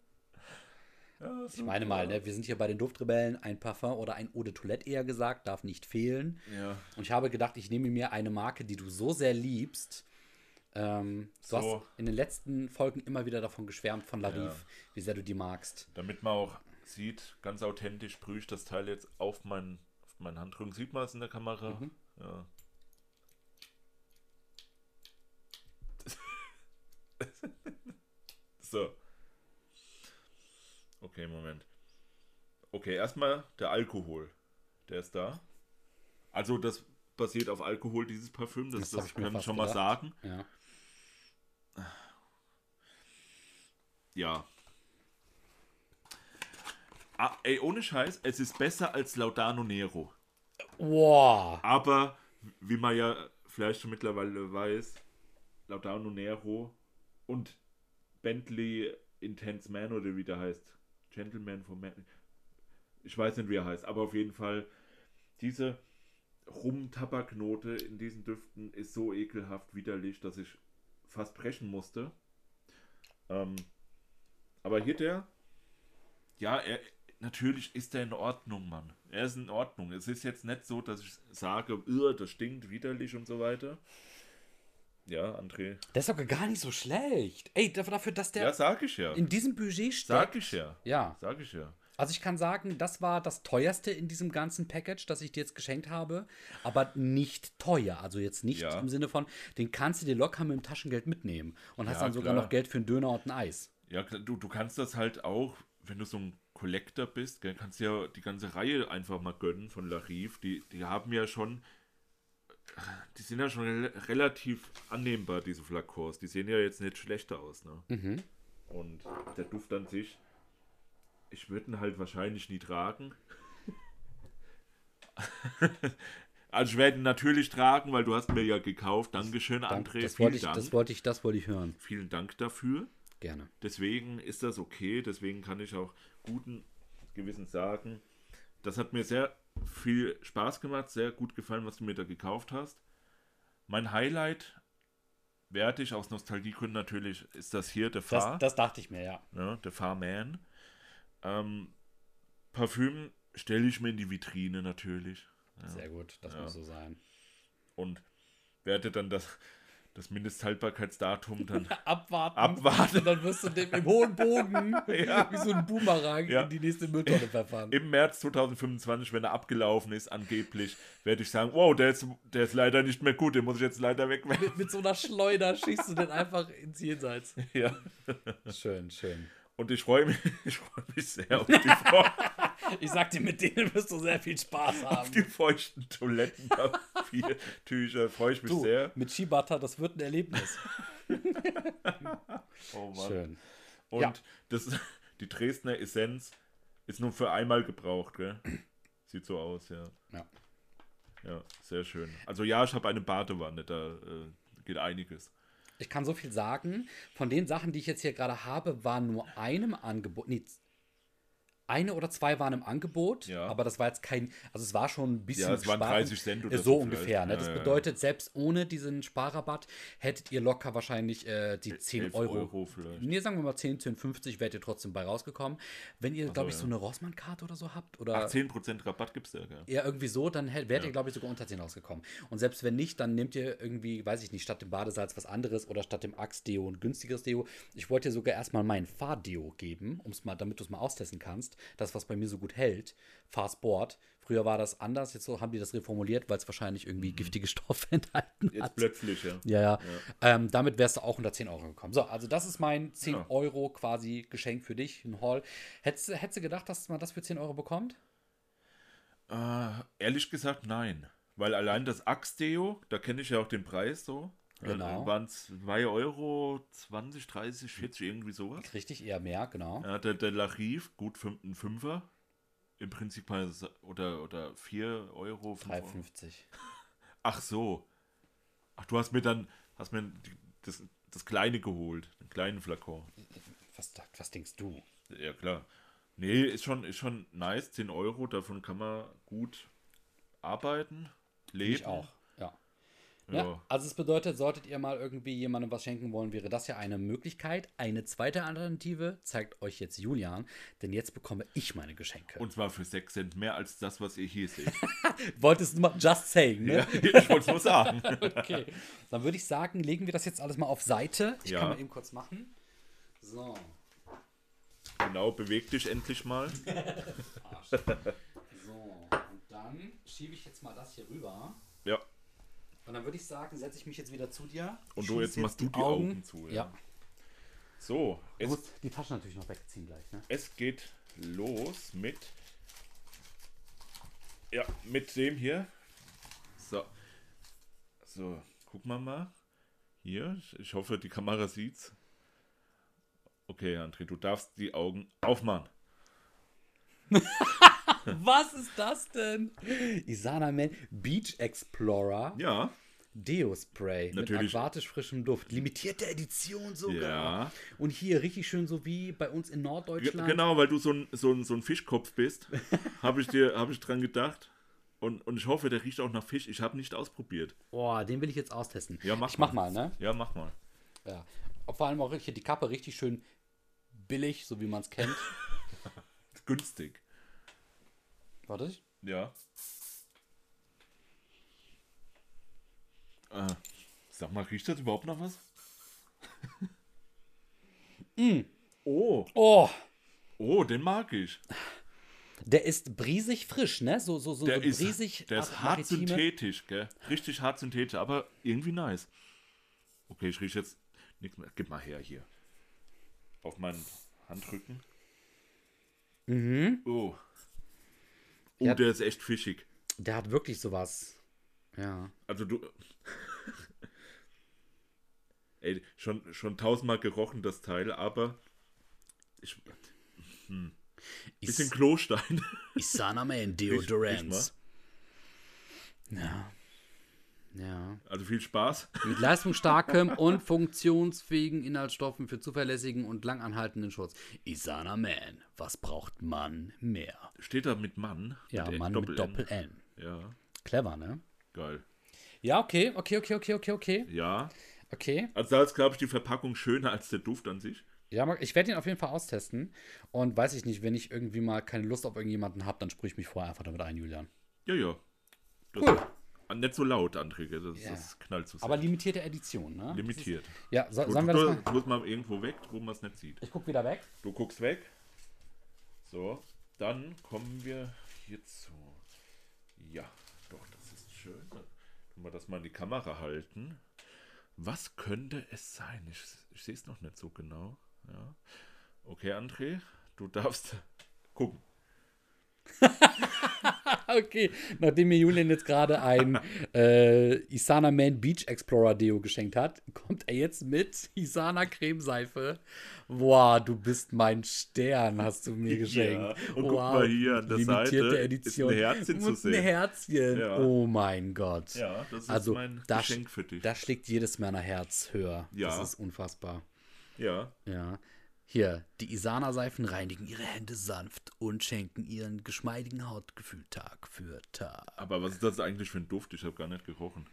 Speaker 2: Ja,
Speaker 3: Ich meine mal, ne, wir sind hier bei den Duftrebellen. Ein Parfum oder ein Eau de Toilette eher gesagt, darf nicht fehlen.
Speaker 2: Ja.
Speaker 3: Und ich habe gedacht, ich nehme mir eine Marke, die du so sehr liebst. Ähm, du
Speaker 2: So.
Speaker 3: hast in den letzten Folgen immer wieder davon geschwärmt, von Larif,
Speaker 2: Ja.
Speaker 3: wie sehr du die magst.
Speaker 2: Damit man auch sieht, ganz authentisch sprühe ich das Teil jetzt auf meinen, auf meinen Handrücken. Sieht man es in der Kamera?
Speaker 3: Mhm.
Speaker 2: Ja. so. Okay, Moment. Okay, erstmal der Alkohol. Der ist da. Also das basiert auf Alkohol, dieses Parfüm. Das,
Speaker 3: Das
Speaker 2: das,
Speaker 3: hab ich mir
Speaker 2: können wir
Speaker 3: fast
Speaker 2: schon mal
Speaker 3: gedacht.
Speaker 2: sagen.
Speaker 3: Ja.
Speaker 2: Ja. Ah, ey, ohne Scheiß, es ist besser als Laudano Nero.
Speaker 3: Wow.
Speaker 2: Aber, wie man ja vielleicht schon mittlerweile weiß, Laudano Nero und Bentley Intense Man oder wie der heißt. Gentleman von Man. Ich weiß nicht, wie er heißt, aber auf jeden Fall, diese Rum-Tabaknote in diesen Düften ist so ekelhaft widerlich, dass ich fast brechen musste. Ähm, aber hier der, ja, er, natürlich ist er in Ordnung, Mann. Er ist in Ordnung. Es ist jetzt nicht so, dass ich sage, "Ugh, das stinkt widerlich und so weiter. Ja, André.
Speaker 3: Der ist sogar gar nicht so schlecht. Ey, dafür, dafür, dass der
Speaker 2: Ja, sag ich ja.
Speaker 3: in diesem Budget steckt.
Speaker 2: Sag ich ja.
Speaker 3: Ja.
Speaker 2: Sag ich ja.
Speaker 3: Also ich kann sagen, das war das teuerste in diesem ganzen Package, das ich dir jetzt geschenkt habe, aber nicht teuer. Also jetzt nicht
Speaker 2: Ja.
Speaker 3: im Sinne von, den kannst du dir locker mit dem Taschengeld mitnehmen und hast
Speaker 2: Ja,
Speaker 3: dann sogar
Speaker 2: klar.
Speaker 3: noch Geld für einen Döner und ein Eis.
Speaker 2: Ja, klar, du, du kannst das halt auch, wenn du so ein Collector bist, gell, kannst du ja die ganze Reihe einfach mal gönnen von Larif. Die, die haben ja schon, äh, die sind ja schon rel- relativ annehmbar, diese Flakors. Die sehen ja jetzt nicht schlechter aus, ne?
Speaker 3: Mhm.
Speaker 2: Und der Duft an sich, ich würde ihn halt wahrscheinlich nie tragen. also ich werde ihn natürlich tragen, weil du hast mir ja gekauft. Dankeschön,
Speaker 3: Dank-
Speaker 2: André.
Speaker 3: das,
Speaker 2: Vielen
Speaker 3: wollte ich,
Speaker 2: Dank.
Speaker 3: das wollte ich, das wollte ich hören.
Speaker 2: Vielen Dank dafür.
Speaker 3: Gerne.
Speaker 2: Deswegen ist das okay, deswegen kann ich auch guten Gewissens sagen, das hat mir sehr viel Spaß gemacht, sehr gut gefallen, was du mir da gekauft hast. Mein Highlight werde ich aus Nostalgiegründen natürlich, ist das hier, der Fahr,
Speaker 3: Das, das dachte ich mir, ja.
Speaker 2: ne, der Fahrman. Ähm, Parfüm stelle ich mir in die Vitrine natürlich.
Speaker 3: Sehr gut, das
Speaker 2: Ja.
Speaker 3: muss so sein.
Speaker 2: Und werde dann das, das Mindesthaltbarkeitsdatum dann
Speaker 3: Abwarten.
Speaker 2: Abwarten.
Speaker 3: Und dann wirst du dem im hohen Bogen
Speaker 2: Ja.
Speaker 3: wie so ein Boomerang
Speaker 2: Ja.
Speaker 3: in die nächste Mülltonne verfahren.
Speaker 2: im März 2025, wenn er abgelaufen ist, angeblich, werde ich sagen, wow, der ist, der ist leider nicht mehr gut, den muss ich jetzt leider wegwerfen.
Speaker 3: Mit, mit so einer Schleuder schießt du den einfach ins Jenseits.
Speaker 2: Ja.
Speaker 3: Schön, schön.
Speaker 2: Und ich freue mich, ich freue mich sehr auf die, feu-
Speaker 3: Ich sag dir, mit denen wirst du sehr viel Spaß
Speaker 2: auf die
Speaker 3: haben.
Speaker 2: feuchten Toilettenpapiertücher. Freue ich mich
Speaker 3: Du,
Speaker 2: sehr.
Speaker 3: mit Shibata, das wird ein Erlebnis.
Speaker 2: Oh Mann.
Speaker 3: Schön.
Speaker 2: Und
Speaker 3: Ja.
Speaker 2: das, die Dresdner Essenz ist nur für einmal gebraucht, gell? Sieht so aus, ja.
Speaker 3: Ja.
Speaker 2: Ja, sehr schön. Also ja, ich habe eine Badewanne, da äh, geht einiges.
Speaker 3: Ich kann so viel sagen. Von den Sachen, die ich jetzt hier gerade habe, war nur einem Angebot. Nee, eine oder zwei waren im Angebot,
Speaker 2: Ja.
Speaker 3: aber das war jetzt kein, also es war schon ein bisschen
Speaker 2: Ja, es waren
Speaker 3: Sparen-
Speaker 2: 30 Cent oder
Speaker 3: so.
Speaker 2: so
Speaker 3: ungefähr.
Speaker 2: vielleicht.
Speaker 3: Ne?
Speaker 2: Ja,
Speaker 3: Das
Speaker 2: ja, ja.
Speaker 3: bedeutet, selbst ohne diesen Sparrabatt hättet ihr locker wahrscheinlich äh, die 10
Speaker 2: 11
Speaker 3: Euro.
Speaker 2: Euro vielleicht.
Speaker 3: Nee, sagen wir mal 10, 10,50 wärt ihr trotzdem bei rausgekommen. Wenn ihr, glaube ich,
Speaker 2: ja.
Speaker 3: so eine Rossmann-Karte oder so habt oder
Speaker 2: Ach, 10% Rabatt gibt's da, gell?
Speaker 3: ja, irgendwie so, dann hätt- wärt ihr, glaube ich, sogar unter 10 rausgekommen. Und selbst wenn nicht, dann nehmt ihr irgendwie, weiß ich nicht, statt dem Badesalz was anderes oder statt dem Axe-Deo ein günstigeres Deo. Ich wollte dir sogar erstmal mein Fahr-Deo geben, um's mal, damit du es mal austesten kannst. Das, was bei mir so gut hält. Fahr-Sport. Früher war das anders, jetzt so haben die das reformuliert, weil es wahrscheinlich irgendwie giftige Stoffe enthalten
Speaker 2: Jetzt
Speaker 3: hat.
Speaker 2: plötzlich, ja.
Speaker 3: Ja, ja. Ähm, damit wärst du auch unter 10 Euro gekommen. So, also das ist mein 10
Speaker 2: Ja.
Speaker 3: Euro quasi Geschenk für dich, ein Haul. Hättest, du- hättest du gedacht, dass man das für 10 Euro bekommt?
Speaker 2: Äh, ehrlich gesagt, nein. Weil allein das Axe-Deo, da kenne ich ja auch den Preis so.
Speaker 3: Genau.
Speaker 2: Äh, waren 2 Euro, 20, 30, 40, irgendwie sowas.
Speaker 3: Richtig, eher mehr, genau.
Speaker 2: Ja, der, der Larif, gut 5 Fünfer. Im Prinzip mal so- oder, oder 4 Euro. fünf Euro.
Speaker 3: 3,50.
Speaker 2: Ach so. Ach, du hast mir dann hast mir die- das, das Kleine geholt. Den kleinen Flakon.
Speaker 3: Was, was denkst du?
Speaker 2: Ja, klar. Nee, ist schon, ist schon nice. 10 Euro, davon kann man gut arbeiten, leben.
Speaker 3: Ich auch. Ja.
Speaker 2: Ja.
Speaker 3: Ja, also es bedeutet, solltet ihr mal irgendwie jemandem was schenken wollen, wäre das ja eine Möglichkeit. Eine zweite Alternative zeigt euch jetzt Julian, denn jetzt bekomme ich meine Geschenke.
Speaker 2: Und zwar für 6 Cent mehr als das, was ihr hier seht.
Speaker 3: wolltest du mal just saying, ne?
Speaker 2: ja, ich wollte es nur sagen.
Speaker 3: Okay. Dann würde ich sagen, legen wir das jetzt alles mal auf Seite. Ich
Speaker 2: Ja.
Speaker 3: kann mal eben kurz machen. So.
Speaker 2: Genau, beweg dich endlich mal.
Speaker 3: So. Und dann schiebe ich jetzt mal das hier rüber.
Speaker 2: Ja.
Speaker 3: Und dann würde ich sagen, setze ich mich jetzt wieder zu dir.
Speaker 2: Und du,
Speaker 3: Schließ
Speaker 2: jetzt machst du die Augen zu,
Speaker 3: Ja.
Speaker 2: ja. So,
Speaker 3: Du
Speaker 2: es,
Speaker 3: musst die Tasche natürlich noch wegziehen gleich, ne?
Speaker 2: es geht los mit. Ja, mit dem hier. So. So, guck mal mal. Hier, ich- ich hoffe, die Kamera sieht's. Okay, André, du darfst die Augen aufmachen.
Speaker 3: Was ist das denn? Isana Man Beach Explorer
Speaker 2: Ja.
Speaker 3: Deo Spray
Speaker 2: Natürlich.
Speaker 3: mit aquatisch frischem Duft. Limitierte Edition sogar.
Speaker 2: Ja.
Speaker 3: Und hier richtig schön so wie bei uns in
Speaker 2: Ge-
Speaker 3: Norddeutschland.
Speaker 2: Genau, weil du so ein, so ein, so ein Fischkopf bist, habe ich dir hab ich dran gedacht. Und, und ich hoffe, der riecht auch nach Fisch. Ich habe nicht ausprobiert.
Speaker 3: Boah, den will ich jetzt austesten.
Speaker 2: Ja, mach
Speaker 3: ich mach mal, ne?
Speaker 2: Ja, mach mal.
Speaker 3: Ja. Und Vor allem auch hier die Kappe richtig schön billig, so wie man es kennt.
Speaker 2: Günstig.
Speaker 3: Warte.
Speaker 2: Ja. Ah, Sag mal, riecht das überhaupt noch was?
Speaker 3: Mm.
Speaker 2: Oh,
Speaker 3: Oh,
Speaker 2: oh, den mag ich.
Speaker 3: Also der ist briesig frisch, ne? So, so, so,
Speaker 2: Der
Speaker 3: so
Speaker 2: ist,
Speaker 3: briesig.
Speaker 2: der ist
Speaker 3: ach,
Speaker 2: hart
Speaker 3: maritime.
Speaker 2: synthetisch, gell? Richtig hart synthetisch, aber irgendwie nice. Okay, ich rieche jetzt nichts mehr. Gib mal her hier. Auf meinen Handrücken. Mhm. Oh. Oh,
Speaker 3: Ja.
Speaker 2: der ist echt fischig.
Speaker 3: Der hat wirklich sowas. Ja.
Speaker 2: Also du. Ey, schon, schon tausendmal gerochen, das Teil, aber. Ich, bisschen
Speaker 3: Is
Speaker 2: Klostein.
Speaker 3: Isana Man
Speaker 2: Riecht-
Speaker 3: Deodorants. Ja. Ja.
Speaker 2: Also viel Spaß.
Speaker 3: Mit leistungsstarkem und funktionsfähigen Inhaltsstoffen für zuverlässigen und langanhaltenden Schutz. Isana Man. Was braucht man mehr?
Speaker 2: Steht da mit Mann.
Speaker 3: Ja,
Speaker 2: N,
Speaker 3: Mann mit
Speaker 2: Doppel-N.
Speaker 3: Doppel-N.
Speaker 2: Ja,
Speaker 3: Clever, ne?
Speaker 2: geil.
Speaker 3: Ja, okay, okay, okay, okay, okay, okay.
Speaker 2: Ja.
Speaker 3: Okay.
Speaker 2: Also da ist, glaube ich, die Verpackung schöner als der Duft an sich.
Speaker 3: Ja, mag- ich werde ihn auf jeden Fall austesten. Und weiß ich nicht, wenn ich irgendwie mal keine Lust auf irgendjemanden habe, dann sprich ich mich vorher einfach damit ein, Julian.
Speaker 2: Ja, ja. Das
Speaker 3: Cool.
Speaker 2: Ah, Nicht so laut, André. gell? Das,
Speaker 3: Ja.
Speaker 2: das knallt zu sehr.
Speaker 3: Aber limitierte Edition, ne?
Speaker 2: limitiert.
Speaker 3: Ja, so,
Speaker 2: Du,
Speaker 3: sollen wir
Speaker 2: du,
Speaker 3: das mal?
Speaker 2: du musst mal irgendwo weg, wo man es nicht sieht.
Speaker 3: Ich guck wieder weg.
Speaker 2: Du guckst weg. So, dann kommen wir hierzu. Ja, doch, das ist schön. Wenn wir das mal in die Kamera halten. Was könnte es sein? Ich, ich sehe es noch nicht so genau. Ja. Okay, André, du darfst gucken.
Speaker 3: Okay, nachdem mir Julian jetzt gerade ein äh, Isana Man Beach Explorer Deo geschenkt hat, kommt er jetzt mit Isana Cremeseife. Boah, du bist mein Stern, hast du mir geschenkt.
Speaker 2: Ja, und guck mal hier an der
Speaker 3: limitierte
Speaker 2: Seite ist ein
Speaker 3: Edition.
Speaker 2: Herzchen zu
Speaker 3: und
Speaker 2: sehen.
Speaker 3: Ein Herzchen.
Speaker 2: Ja.
Speaker 3: Oh mein Gott.
Speaker 2: Ja, das ist
Speaker 3: also,
Speaker 2: mein
Speaker 3: da
Speaker 2: Geschenk
Speaker 3: sch-
Speaker 2: für dich.
Speaker 3: Da schlägt jedes meiner Herz höher.
Speaker 2: Ja.
Speaker 3: Das ist unfassbar.
Speaker 2: Ja,
Speaker 3: Ja. Hier, die Isana-Seifen reinigen ihre Hände sanft und schenken ihren geschmeidigen Hautgefühl Tag für Tag.
Speaker 2: aber was ist das eigentlich für ein Duft? Ich habe gar nicht gerochen.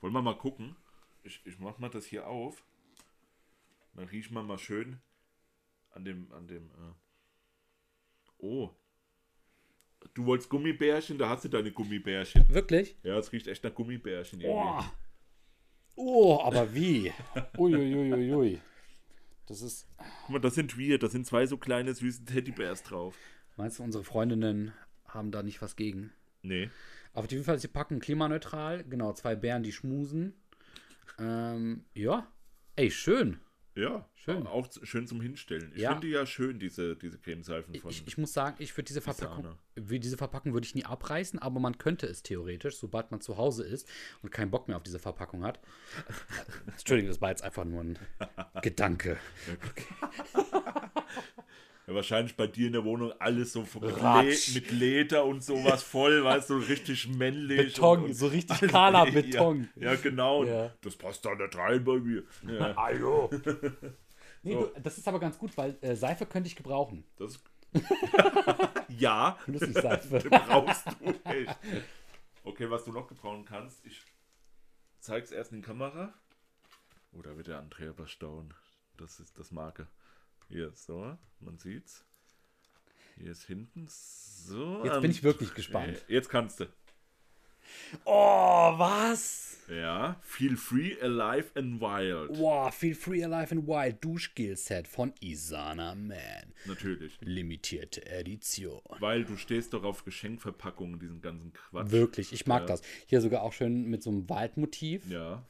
Speaker 2: Wollen wir mal gucken? Ich, ich mach mal das hier auf. Dann riecht man mal schön an dem, an dem. Äh oh. Du wolltest Gummibärchen, da hast du deine Gummibärchen.
Speaker 3: Wirklich?
Speaker 2: Ja, es riecht echt nach Gummibärchen.
Speaker 3: Oh.
Speaker 2: irgendwie.
Speaker 3: oh, aber wie? Uiuiuiui. Das ist.
Speaker 2: Guck mal, das sind wir, da sind zwei so kleine süße Teddybärs drauf.
Speaker 3: Meinst du, unsere Freundinnen haben da nicht was gegen?
Speaker 2: Nee.
Speaker 3: Auf jeden Fall, sie packen klimaneutral. Genau, zwei Bären, die schmusen. Ähm, ja. Ey, schön.
Speaker 2: Ja,
Speaker 3: Schön.
Speaker 2: Auch z- schön zum Hinstellen. Ich
Speaker 3: Ja.
Speaker 2: finde die ja schön, diese, diese Cremeseifen von.
Speaker 3: Ich, ich muss sagen, ich würde diese Verpackung,
Speaker 2: Sahne.
Speaker 3: wie diese Verpackung würde ich nie abreißen, aber man könnte es theoretisch, sobald man zu Hause ist und keinen Bock mehr auf diese Verpackung hat. Entschuldigung, das war jetzt einfach nur ein Gedanke.
Speaker 2: Ja, wahrscheinlich bei dir in der Wohnung alles so mit, Le
Speaker 3: Ratsch.
Speaker 2: mit Leder und sowas voll, weißt du, richtig männlich.
Speaker 3: Beton,
Speaker 2: und, und
Speaker 3: so richtig kahler Beton.
Speaker 2: Ja, ja genau.
Speaker 3: Ja.
Speaker 2: Das passt da nicht rein bei mir. Ja,
Speaker 3: Hallo. Nee, du, das ist aber ganz gut, weil äh, Seife könnte ich gebrauchen.
Speaker 2: das, ja
Speaker 3: Flüssigseife.
Speaker 2: brauchst du echt. Okay, was du noch gebrauchen kannst, ich zeig's erst in die Kamera. Oh, da wird der Andrea bestaunen. Das ist das Marke. Hier, so, man sieht's. Hier ist hinten. So.
Speaker 3: Jetzt bin ich wirklich gespannt.
Speaker 2: gespannt. Jetzt kannst du.
Speaker 3: Oh, was?
Speaker 2: Ja, Feel Free, Alive and Wild.
Speaker 3: Wow, Feel Free Alive and Wild Duschgel-Set von Isana Man.
Speaker 2: Natürlich.
Speaker 3: Limitierte Edition.
Speaker 2: Weil du stehst doch auf Geschenkverpackungen, diesen ganzen Quatsch.
Speaker 3: Wirklich, ich mag das. Hier sogar auch schön mit so einem Waldmotiv.
Speaker 2: Ja.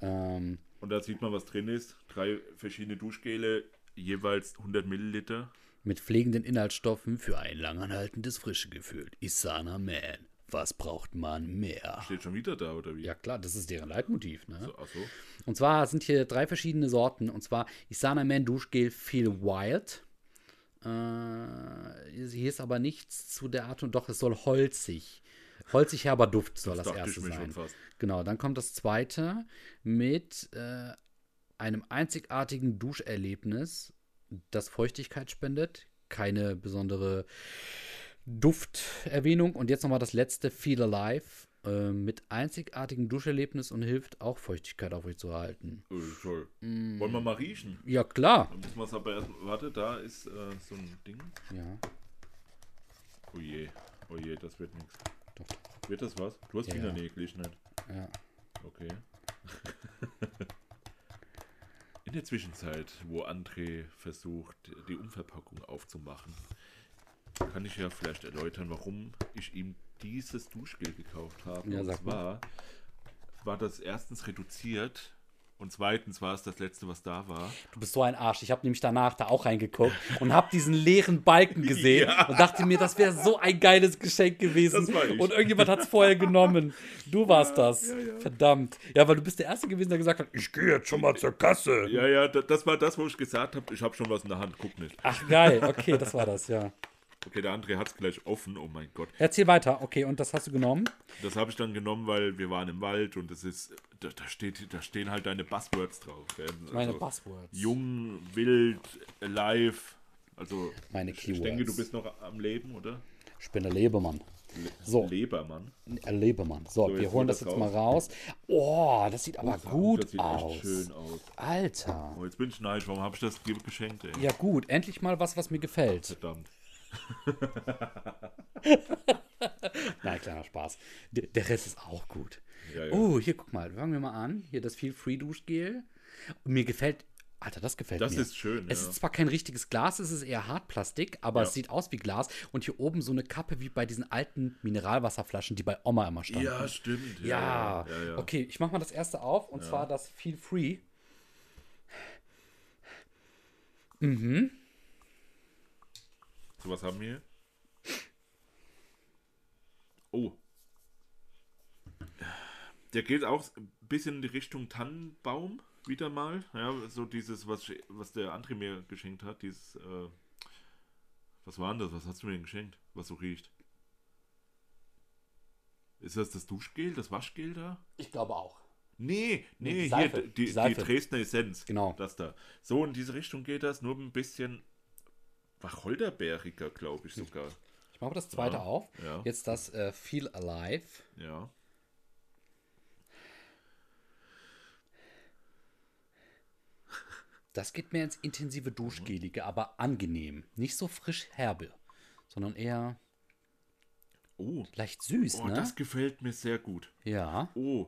Speaker 3: Ähm,
Speaker 2: Und da sieht man, was drin ist. Drei verschiedene Duschgele, jeweils 100 Milliliter.
Speaker 3: mit pflegenden Inhaltsstoffen für ein langanhaltendes Frischegefühl. Isana Man. Was braucht man mehr?
Speaker 2: Steht schon wieder da, oder wie?
Speaker 3: Ah. Ja klar, das ist deren Leitmotiv, ne?
Speaker 2: So, ach so.
Speaker 3: Und zwar sind hier drei verschiedene Sorten. Und zwar Isana Man Duschgel Feel Wild. Äh, hier ist aber nichts zu der Art und doch, es soll holzig. Holzig herber Duft soll das,
Speaker 2: dachte ich
Speaker 3: erste
Speaker 2: mir schon
Speaker 3: sein.
Speaker 2: fast.
Speaker 3: Genau, dann kommt das zweite mit äh, einem einzigartigen Duscherlebnis, das Feuchtigkeit spendet. Keine besondere Dufterwähnung. Und jetzt nochmal das letzte, Feel Alive, äh, mit einzigartigem Duscherlebnis und hilft auch Feuchtigkeit aufrechtzuerhalten.
Speaker 2: Äh, toll.
Speaker 3: Mm.
Speaker 2: Wollen wir mal riechen?
Speaker 3: Ja, klar.
Speaker 2: Dann müssen wir es aber erst. Warte, da ist äh, so ein Ding.
Speaker 3: Ja,
Speaker 2: Oh je, oh je, das wird nichts.
Speaker 3: doch.
Speaker 2: Wird das was? Du hast
Speaker 3: Ja, ja.
Speaker 2: Fingernägel, nicht?
Speaker 3: Ja.
Speaker 2: Okay. In der Zwischenzeit, wo André versucht, die Umverpackung aufzumachen, kann ich ja vielleicht erläutern, warum ich ihm dieses Duschgel gekauft habe.
Speaker 3: Ja,
Speaker 2: und
Speaker 3: sag
Speaker 2: zwar war das erstens reduziert und zweitens war es das letzte, was da war.
Speaker 3: Du bist so ein Arsch. Ich habe nämlich danach da auch reingeguckt und habe diesen leeren Balken gesehen
Speaker 2: Ja.
Speaker 3: und dachte mir, das wäre so ein geiles Geschenk gewesen.
Speaker 2: Das war ich.
Speaker 3: Und irgendjemand hat es vorher genommen. Du warst das. Verdammt. Ja, weil du bist der Erste gewesen, der gesagt hat, ich gehe jetzt schon mal zur Kasse.
Speaker 2: Ja, ja, da- das war das, wo ich gesagt habe, ich habe schon was in der Hand, guck nicht.
Speaker 3: Ach, geil. Okay, das war das, ja.
Speaker 2: Okay, der André hat es gleich offen, oh mein Gott.
Speaker 3: Erzähl weiter. Okay, und das hast du genommen?
Speaker 2: Das habe ich dann genommen, weil wir waren im Wald und es ist, da, da, steht, da stehen halt deine Buzzwords drauf. gell?
Speaker 3: Meine
Speaker 2: Also,
Speaker 3: Buzzwords.
Speaker 2: Jung, wild, alive. Also,
Speaker 3: Meine
Speaker 2: ich, ich denke,
Speaker 3: Keywords.
Speaker 2: du bist noch am Leben, oder?
Speaker 3: Ich bin der Lebemann. So,
Speaker 2: Lebermann.
Speaker 3: Lebemann. So,
Speaker 2: jetzt
Speaker 3: wir holen
Speaker 2: holt
Speaker 3: das
Speaker 2: das
Speaker 3: jetzt mal raus. Oh, das sieht aber gut
Speaker 2: das sieht
Speaker 3: aus.
Speaker 2: echt schön aus.
Speaker 3: Alter.
Speaker 2: Oh, jetzt bin ich neidisch. Warum habe ich das dir geschenkt, ey?
Speaker 3: Ja gut, endlich mal was, was mir gefällt.
Speaker 2: Verdammt.
Speaker 3: Nein, kleiner Spaß. Der, der Rest ist auch gut.
Speaker 2: Ja, ja.
Speaker 3: Oh, hier, guck mal. Fangen wir mal an. Hier das viel Free Duschgel. Und mir gefällt. Alter, das gefällt
Speaker 2: Das
Speaker 3: mir.
Speaker 2: ist schön,
Speaker 3: Es
Speaker 2: ja.
Speaker 3: ist zwar kein richtiges Glas, es ist eher Hartplastik, aber
Speaker 2: Ja.
Speaker 3: es sieht aus wie Glas. Und hier oben so eine Kappe wie bei diesen alten Mineralwasserflaschen, die bei Oma immer standen.
Speaker 2: Ja, stimmt.
Speaker 3: Ja.
Speaker 2: ja, ja.
Speaker 3: Okay, ich mach mal das erste auf und zwar das Feel Free.
Speaker 2: So, was haben wir hier? Oh. Der geht auch ein bisschen in die Richtung Tannenbaum, wieder mal. Ja, so dieses, was, ich- was der André mir geschenkt hat, dieses, äh, was war denn das? Was hast du mir denn geschenkt? Was so riecht? Ist das das Duschgel, das Waschgel da?
Speaker 3: Ich glaube auch.
Speaker 2: Nee, nee,
Speaker 3: Nee, die
Speaker 2: hier,
Speaker 3: Seife,
Speaker 2: die,
Speaker 3: die
Speaker 2: die,
Speaker 3: Seife.
Speaker 2: Dresdner Essenz.
Speaker 3: Genau.
Speaker 2: Das da. So in diese Richtung geht das, nur ein bisschen wacholderbeeriger, glaube ich sogar.
Speaker 3: Ich mache das zweite
Speaker 2: Ja,
Speaker 3: auf.
Speaker 2: ja.
Speaker 3: Jetzt das äh, Feel Alive.
Speaker 2: Ja.
Speaker 3: Das geht mehr ins intensive Duschgelige, aber angenehm. Nicht so frisch herbe, sondern eher
Speaker 2: Oh,
Speaker 3: leicht süß,
Speaker 2: oh
Speaker 3: ne?
Speaker 2: das gefällt mir sehr gut.
Speaker 3: ja.
Speaker 2: Oh.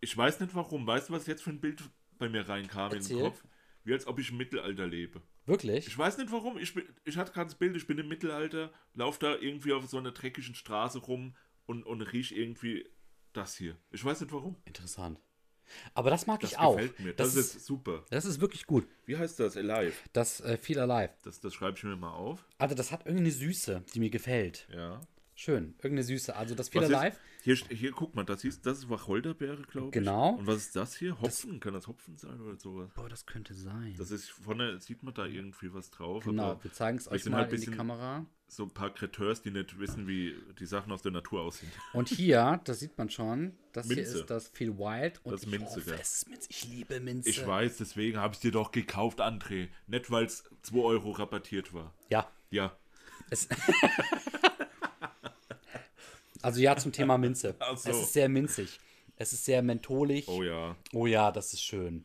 Speaker 2: Ich weiß nicht warum. Weißt du, was jetzt für ein Bild bei mir reinkam in
Speaker 3: Erzähl.
Speaker 2: den Kopf? Wie als ob ich im Mittelalter lebe.
Speaker 3: Wirklich?
Speaker 2: Ich weiß nicht warum. Ich, bin, ich hatte gerade das Bild, ich bin im Mittelalter, laufe da irgendwie auf so einer dreckigen Straße rum und, und riech irgendwie das hier. Ich weiß nicht warum.
Speaker 3: Interessant. Aber das mag
Speaker 2: Das
Speaker 3: ich auch.
Speaker 2: gefällt mir.
Speaker 3: Das,
Speaker 2: Das,
Speaker 3: ist,
Speaker 2: ist super.
Speaker 3: das ist wirklich gut.
Speaker 2: Wie heißt das? Alive.
Speaker 3: Das äh, Feel Alive.
Speaker 2: Das, das schreibe ich mir mal auf.
Speaker 3: Also, das hat irgendeine Süße, die mir gefällt.
Speaker 2: Ja.
Speaker 3: Schön. Irgendeine Süße. Also, das Feel
Speaker 2: Was
Speaker 3: Alive.
Speaker 2: ist, hier, st- hier, guck mal, das, hieß, das ist Wacholderbeere, glaube ich.
Speaker 3: Genau.
Speaker 2: Und was ist das hier? Hopfen? Kann das Hopfen sein oder sowas?
Speaker 3: Boah, das könnte sein.
Speaker 2: Das ist, vorne sieht man da irgendwie was drauf.
Speaker 3: genau.
Speaker 2: aber
Speaker 3: Wir zeigen es
Speaker 2: wir
Speaker 3: euch
Speaker 2: sind
Speaker 3: mal
Speaker 2: halt
Speaker 3: in die
Speaker 2: bisschen-
Speaker 3: Kamera.
Speaker 2: So ein paar Kreteurs, die nicht wissen, wie die Sachen aus der Natur aussehen.
Speaker 3: Und hier, das sieht man schon, das hier
Speaker 2: Minze.
Speaker 3: ist das Feel Wild. Und
Speaker 2: Das ist
Speaker 3: ich
Speaker 2: Minze,
Speaker 3: hoffe,
Speaker 2: gell?
Speaker 3: es ist äh, Minze. Ich liebe Minze.
Speaker 2: Ich weiß, deswegen habe ich es dir doch gekauft, André. Nicht, weil es 2 Euro rabattiert war.
Speaker 3: Ja.
Speaker 2: Ja.
Speaker 3: Es also ja, zum Thema Minze.
Speaker 2: Ach so.
Speaker 3: Es ist sehr minzig. Es ist sehr mentholig.
Speaker 2: Oh ja.
Speaker 3: Oh ja, das ist schön.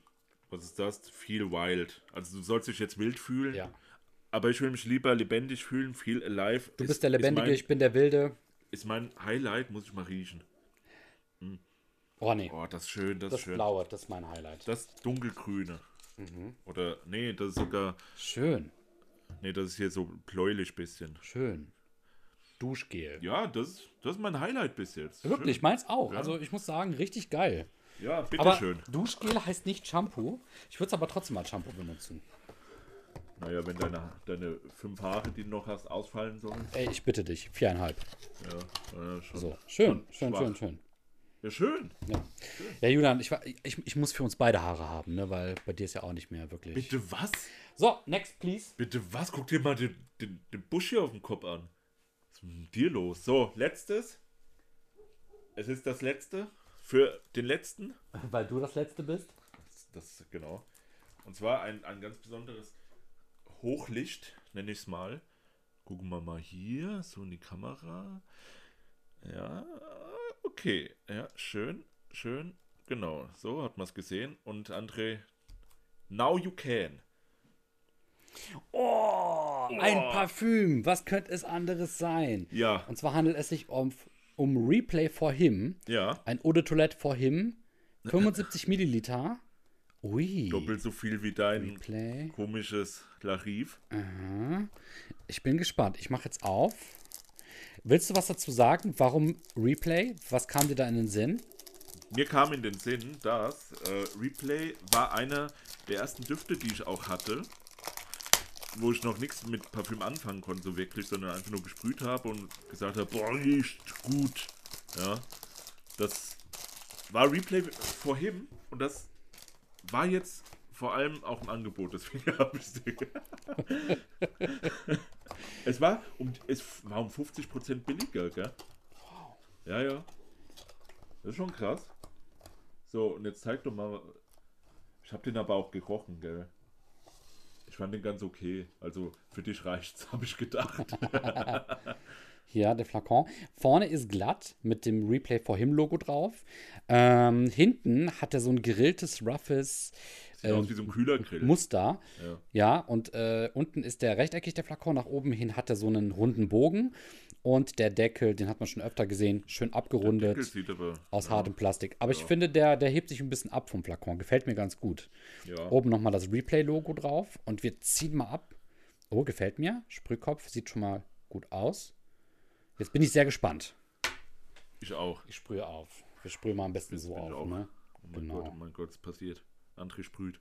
Speaker 2: Was ist das? Feel wild. Also du sollst dich jetzt wild fühlen.
Speaker 3: Ja.
Speaker 2: Aber ich will mich lieber lebendig fühlen, feel alive.
Speaker 3: Du bist der Lebendige, ich bin der Wilde.
Speaker 2: Ist mein, ist mein Highlight, muss ich mal riechen.
Speaker 3: Oh nee,
Speaker 2: Oh, das ist schön, das,
Speaker 3: das
Speaker 2: ist schön.
Speaker 3: Blaue, das ist mein Highlight.
Speaker 2: Das dunkelgrüne.
Speaker 3: Mhm.
Speaker 2: Oder, nee, das ist sogar,
Speaker 3: Schön,
Speaker 2: nee, das ist hier so bläulich bisschen.
Speaker 3: schön. Duschgel.
Speaker 2: Ja, das, das ist mein Highlight bis jetzt.
Speaker 3: Wirklich, meins auch. Also ich muss sagen, richtig geil.
Speaker 2: Schön. Ja,
Speaker 3: Aber
Speaker 2: bitteschön.
Speaker 3: Duschgel heißt nicht Shampoo. Ich würde es aber trotzdem als Shampoo benutzen.
Speaker 2: Naja, wenn deine, deine fünf Haare, die du noch hast, ausfallen sollen.
Speaker 3: Ey, ich bitte dich, viereinhalb.
Speaker 2: Ja, äh, schon.
Speaker 3: So, schön, schön,
Speaker 2: schwach.
Speaker 3: schön, schön.
Speaker 2: Ja, schön.
Speaker 3: Ja, ja Julian, ich, war- ich, ich muss für uns beide Haare haben, ne? weil bei dir ist ja auch nicht mehr wirklich.
Speaker 2: Bitte was?
Speaker 3: So, next, please.
Speaker 2: Bitte was? Guck dir mal den, den, den Busch hier auf dem Kopf an. Was ist mit dir los? So, letztes. Es ist das letzte. Für den letzten.
Speaker 3: Weil du das Letzte bist.
Speaker 2: Das, genau. Und zwar ein, ein ganz besonderes Hochlicht, nenne ich es mal. Gucken wir mal hier, so in die Kamera. Ja, okay. Ja, schön, schön. Genau, so hat man es gesehen. Und André, now you can.
Speaker 3: Oh, ein Parfüm. Was könnte es anderes sein?
Speaker 2: Ja.
Speaker 3: Und zwar handelt es sich um, um Replay for Him,
Speaker 2: Ja,
Speaker 3: ein Eau de Toilette for Him, 75 Milliliter. Ui.
Speaker 2: Doppelt so viel wie dein
Speaker 3: Replay.
Speaker 2: komisches Larif.
Speaker 3: Aha. Ich bin gespannt. Ich mache jetzt auf. Willst du was dazu sagen? Warum Replay? Was kam dir da in den Sinn?
Speaker 2: Mir kam in den Sinn, dass äh, Replay war einer der ersten Düfte, die ich auch hatte, wo ich noch nichts mit Parfüm anfangen konnte, so wirklich, sondern einfach nur gesprüht habe und gesagt habe, boah, riecht gut. Ja, das war Replay vorhin und das war jetzt vor allem auch ein Angebot, deswegen habe ich es. es war um, es war um 50% billiger, gell? Ja, ja. Das ist schon krass. So, und jetzt zeig doch mal. Ich habe den aber auch gekochen, gell? Ich fand den ganz okay. Also für dich reicht's, habe ich gedacht.
Speaker 3: Hier, der Flakon. Vorne ist glatt mit dem Replay for Him Logo drauf. Ähm, hinten hat er so ein gerilltes, roughes
Speaker 2: Sieht
Speaker 3: Äh,
Speaker 2: aus wie so ein Kühlergrill.
Speaker 3: Muster.
Speaker 2: Ja.
Speaker 3: Ja, und äh, unten ist der rechteckig, der Flakon. Nach oben hin hat er so einen runden Bogen. Und der Deckel, den hat man schon öfter gesehen, schön abgerundet
Speaker 2: Deckel sieht aber.
Speaker 3: aus
Speaker 2: ja,
Speaker 3: hartem Plastik. Aber ich
Speaker 2: Ja.
Speaker 3: finde, der, der hebt sich ein bisschen ab vom Flakon. Gefällt mir ganz gut.
Speaker 2: Ja.
Speaker 3: Oben nochmal das Replay-Logo drauf. Und wir ziehen mal ab. Oh, gefällt mir. Sprühkopf sieht schon mal gut aus. Jetzt bin ich sehr gespannt.
Speaker 2: Ich auch.
Speaker 3: Ich sprühe auf. Wir sprühen mal am besten so
Speaker 2: bin ich
Speaker 3: auf.
Speaker 2: auch.
Speaker 3: Ne?
Speaker 2: Oh mein
Speaker 3: Genau.
Speaker 2: Gott, oh mein Gott, es passiert. André sprüht.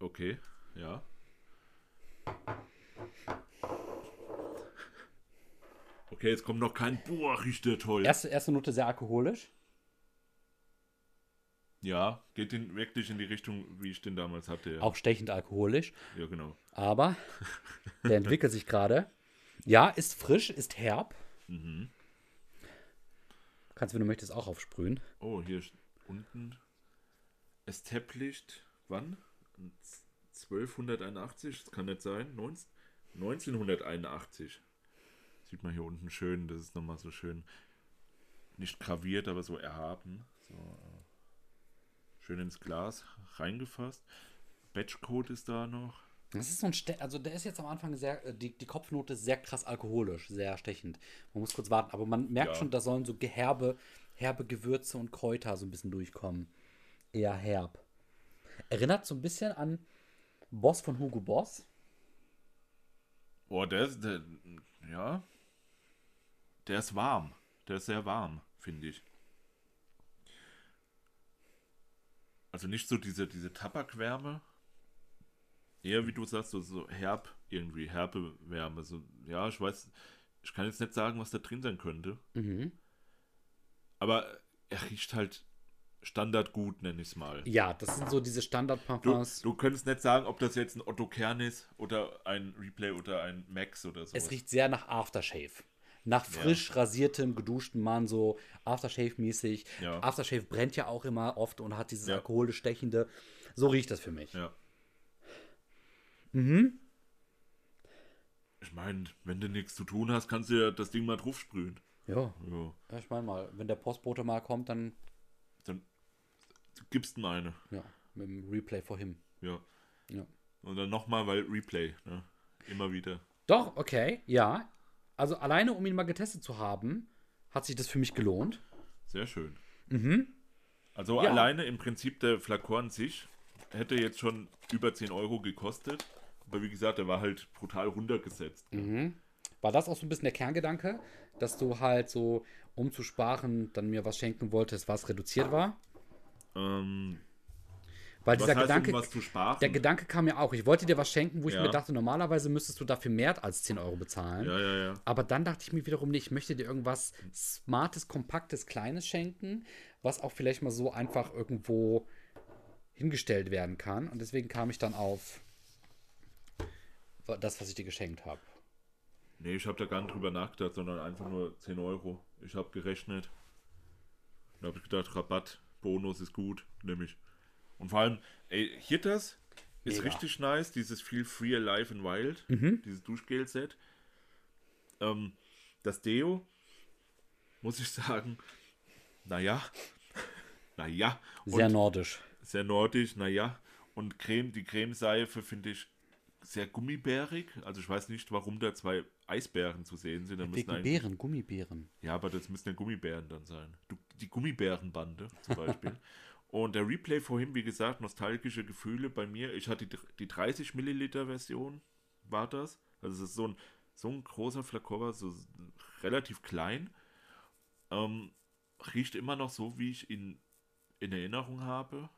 Speaker 2: Okay, ja. Okay, jetzt kommt noch kein Boah, riecht der toll.
Speaker 3: Erste, erste Note sehr alkoholisch.
Speaker 2: Ja, geht den wirklich in die Richtung, wie ich den damals hatte. Ja,
Speaker 3: Auch stechend alkoholisch.
Speaker 2: ja genau.
Speaker 3: Aber der entwickelt sich gerade. Ja, ist frisch, ist herb.
Speaker 2: Mhm.
Speaker 3: Kannst, wenn du möchtest, auch aufsprühen.
Speaker 2: Oh, hier st- unten. Established, wann? 1281, das kann nicht sein. 19, 1981. Sieht man hier unten schön, das ist nochmal so schön. Nicht graviert, aber so erhaben. So, äh, schön ins Glas reingefasst. Batchcode ist da noch.
Speaker 3: Das ist so ein, Ste also der ist jetzt am Anfang sehr, äh, die, die Kopfnote ist sehr krass alkoholisch, sehr stechend. Man muss kurz warten, aber man merkt
Speaker 2: Ja.
Speaker 3: schon, da sollen so herbe, herbe Gewürze und Kräuter so ein bisschen durchkommen. Eher herb. Erinnert so ein bisschen an Boss von Hugo Boss.
Speaker 2: Oh, der ist, der, ja. Der ist warm. Der ist sehr warm, finde ich. Also nicht so diese, diese Tabakwärme. Eher, wie du sagst, so, so herb, irgendwie, herbe Wärme. So, ja, ich weiß, ich kann jetzt nicht sagen, was da drin sein könnte.
Speaker 3: Mhm.
Speaker 2: Aber er riecht halt Standard gut, nenne ich es mal.
Speaker 3: Ja, das sind so diese
Speaker 2: Du,
Speaker 3: Standard-Parfums.
Speaker 2: du könntest nicht sagen, ob das jetzt ein Otto Kern ist oder ein Replay oder ein Max oder so.
Speaker 3: Es riecht sehr nach Aftershave. Nach frisch rasiertem, geduschten Mann, so Aftershave-mäßig.
Speaker 2: Ja.
Speaker 3: Aftershave brennt ja auch immer oft und hat dieses
Speaker 2: Ja.
Speaker 3: alkoholisch stechende. So riecht das für mich.
Speaker 2: Ja.
Speaker 3: Mhm.
Speaker 2: Ich meine, wenn du nichts zu tun hast, kannst du ja das Ding mal drauf sprühen. Also,
Speaker 3: Ja.
Speaker 2: Ja.
Speaker 3: ja ich meine mal, wenn der Postbote mal kommt, dann
Speaker 2: Dann gibst du ihm eine.
Speaker 3: ja, mit dem Replay vor him.
Speaker 2: Ja.
Speaker 3: Ja.
Speaker 2: Und dann nochmal, weil Replay. Ne? Immer wieder.
Speaker 3: Doch, okay, ja. Also alleine, um ihn mal getestet zu haben, hat sich das für mich gelohnt.
Speaker 2: Sehr schön. Also
Speaker 3: Mhm. Ja.
Speaker 2: alleine im Prinzip der Flakon an sich hätte jetzt schon über 10 Euro gekostet. Aber wie gesagt, der war halt brutal runtergesetzt.
Speaker 3: Mhm. War das auch so ein bisschen der Kerngedanke, dass du halt so, um zu sparen, dann mir was schenken wolltest, was reduziert war?
Speaker 2: Ähm,
Speaker 3: Weil
Speaker 2: was
Speaker 3: dieser
Speaker 2: heißt,
Speaker 3: Gedanke.
Speaker 2: um was zu sparen?
Speaker 3: Der Gedanke kam mir auch. Ich wollte dir was schenken, wo ich
Speaker 2: Ja.
Speaker 3: mir dachte, normalerweise müsstest du dafür mehr als 10 Euro bezahlen.
Speaker 2: ja, ja, ja.
Speaker 3: Aber dann dachte ich mir wiederum, nee, ich möchte dir irgendwas Smartes, Kompaktes, Kleines schenken, was auch vielleicht mal so einfach irgendwo hingestellt werden kann. Und deswegen kam ich dann auf das, was ich dir geschenkt habe.
Speaker 2: Nee, ich habe da gar nicht drüber nachgedacht, sondern einfach nur 10 Euro. Ich habe gerechnet. Dann habe ich gedacht, Rabatt, Bonus ist gut, nehme ich. Und vor allem, ey, hier das ist
Speaker 3: Mega. Mhm.
Speaker 2: richtig nice, dieses Feel Free Alive and Wild, dieses Duschgel-Set. Ähm, das Deo, muss ich sagen, naja, naja.
Speaker 3: Sehr nordisch.
Speaker 2: sehr nordisch, naja. Und Creme, die Cremeseife finde ich sehr gummibärig. Also ich weiß nicht, warum da zwei Eisbären zu sehen sind. Da müssen
Speaker 3: Wegen
Speaker 2: eigentlich,
Speaker 3: Beeren, Gummibären.
Speaker 2: ja, aber das müssen ja Gummibären dann sein. Du, die Gummibärenbande zum Beispiel. Und der Replay vorhin, wie gesagt, nostalgische Gefühle bei mir. Ich hatte die, die 30 Milliliter Version, war das. Also es ist so ein, so ein großer Flakon, so relativ klein. Ähm, riecht immer noch so, wie ich ihn in Erinnerung habe.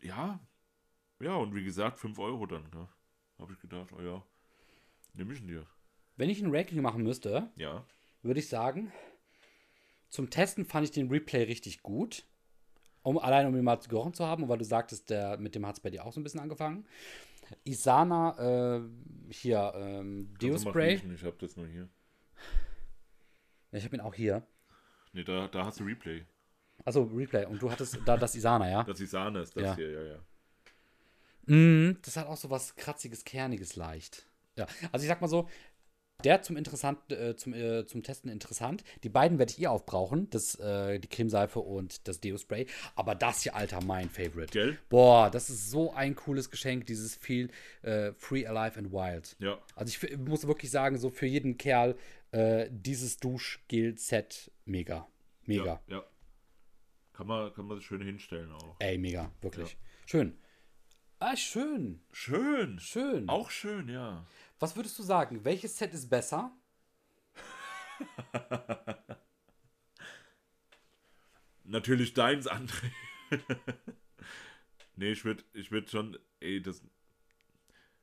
Speaker 2: Ja. Ja, und wie gesagt, 5 Euro dann, ne? Habe ich gedacht, oh ja, nehme ich ihn dir.
Speaker 3: Wenn ich ein Ranking machen müsste,
Speaker 2: Ja.
Speaker 3: würde ich sagen, zum Testen fand ich den Replay richtig gut. Um, allein um ihn mal gerochen zu haben, und weil du sagtest, der, mit dem hat es bei dir auch so ein bisschen angefangen. Isana, äh, hier, ähm,
Speaker 2: Kannst du mal
Speaker 3: Deospray.
Speaker 2: riechen, Ich habe das nur hier.
Speaker 3: Ich habe ihn auch hier.
Speaker 2: Ne, da, da hast du Replay.
Speaker 3: Also Replay. Und du hattest da das Isana, ja?
Speaker 2: Das ist Sahne, ist das
Speaker 3: Ja.
Speaker 2: hier, ja, ja.
Speaker 3: Mm, das hat auch so was kratziges, kerniges leicht. Ja, also ich sag mal so, der zum interessant, äh, zum, äh, zum Testen interessant. Die beiden werde ich eh aufbrauchen, das, äh, die Cremeseife und das Deo-Spray. Aber das hier, Alter, mein Favorite.
Speaker 2: Gell?
Speaker 3: Boah, das ist so ein cooles Geschenk, dieses viel äh, Free, Alive and Wild.
Speaker 2: Ja.
Speaker 3: Also ich f- muss wirklich sagen, so für jeden Kerl, äh, dieses Duschgel-Set, mega. Mega.
Speaker 2: Ja. ja. Kann, man, kann man sich schön hinstellen auch.
Speaker 3: Ey, mega, wirklich. Schön. Ah, schön,
Speaker 2: Schön.
Speaker 3: schön.
Speaker 2: Auch schön, ja.
Speaker 3: Was würdest du sagen? Welches Set ist besser?
Speaker 2: Natürlich deins, André. nee, ich würde ich würd schon, ey, das.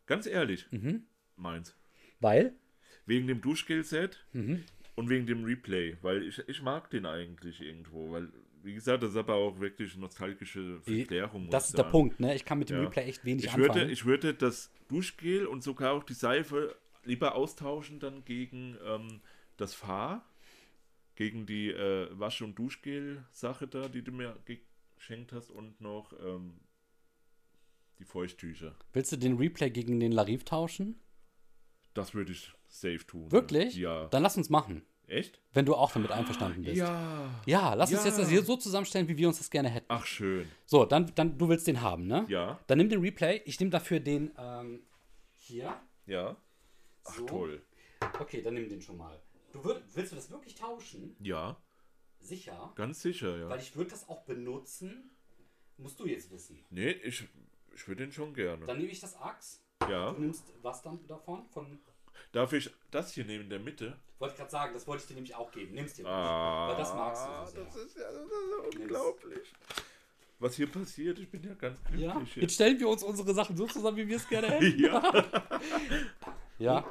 Speaker 2: Ganz ehrlich,
Speaker 3: Mhm.
Speaker 2: meins.
Speaker 3: Weil?
Speaker 2: Wegen dem Duschgel-Set
Speaker 3: Mhm.
Speaker 2: und wegen dem Replay, weil ich, ich mag den eigentlich irgendwo, weil, wie gesagt, das ist aber auch wirklich nostalgische Verklärung. muss
Speaker 3: das
Speaker 2: ich
Speaker 3: ist der
Speaker 2: sagen.
Speaker 3: Punkt, ne? Ich kann mit dem
Speaker 2: Ja.
Speaker 3: Replay echt wenig
Speaker 2: ich
Speaker 3: anfangen.
Speaker 2: würde, ich würde das Duschgel und sogar auch die Seife lieber austauschen dann gegen ähm, das Fahr, gegen die äh, Wasch- und Duschgel-Sache da, die du mir geschenkt hast und noch ähm, die Feuchttücher.
Speaker 3: Willst du den Replay gegen den Larif tauschen?
Speaker 2: Das würde ich safe tun. ne?
Speaker 3: Wirklich?
Speaker 2: Ja.
Speaker 3: Dann lass uns machen,
Speaker 2: Echt?
Speaker 3: wenn du auch damit einverstanden bist.
Speaker 2: Ja.
Speaker 3: Ja, lass uns
Speaker 2: Ja.
Speaker 3: jetzt das hier so zusammenstellen, wie wir uns das gerne hätten.
Speaker 2: Ach schön.
Speaker 3: So, dann, dann du willst den haben, ne?
Speaker 2: Ja.
Speaker 3: Dann nimm den Replay. Ich nehme dafür den ähm, hier.
Speaker 2: Ja. Ach
Speaker 3: So.
Speaker 2: toll.
Speaker 3: Okay, dann nimm den schon mal. Du würd, willst du das wirklich tauschen?
Speaker 2: Ja,
Speaker 3: Sicher?
Speaker 2: ganz sicher, ja.
Speaker 3: Weil ich würde das auch benutzen. Musst du jetzt wissen.
Speaker 2: Nee, ich, ich würde den schon gerne.
Speaker 3: Dann nehme ich das Axe.
Speaker 2: Ja.
Speaker 3: Du nimmst was dann davon? Von
Speaker 2: Darf ich das hier nehmen in der Mitte?
Speaker 3: Wollte ich gerade sagen, das wollte ich dir nämlich auch geben. Nimmst dir was.
Speaker 2: Ah,
Speaker 3: Weil das magst du so sehr.
Speaker 2: Das ist ja das ist ja unglaublich. Was hier passiert, ich bin ja ganz
Speaker 3: ja,
Speaker 2: glücklich.
Speaker 3: jetzt stellen wir uns unsere Sachen so zusammen, wie wir es gerne hätten.
Speaker 2: ja.
Speaker 3: Ja,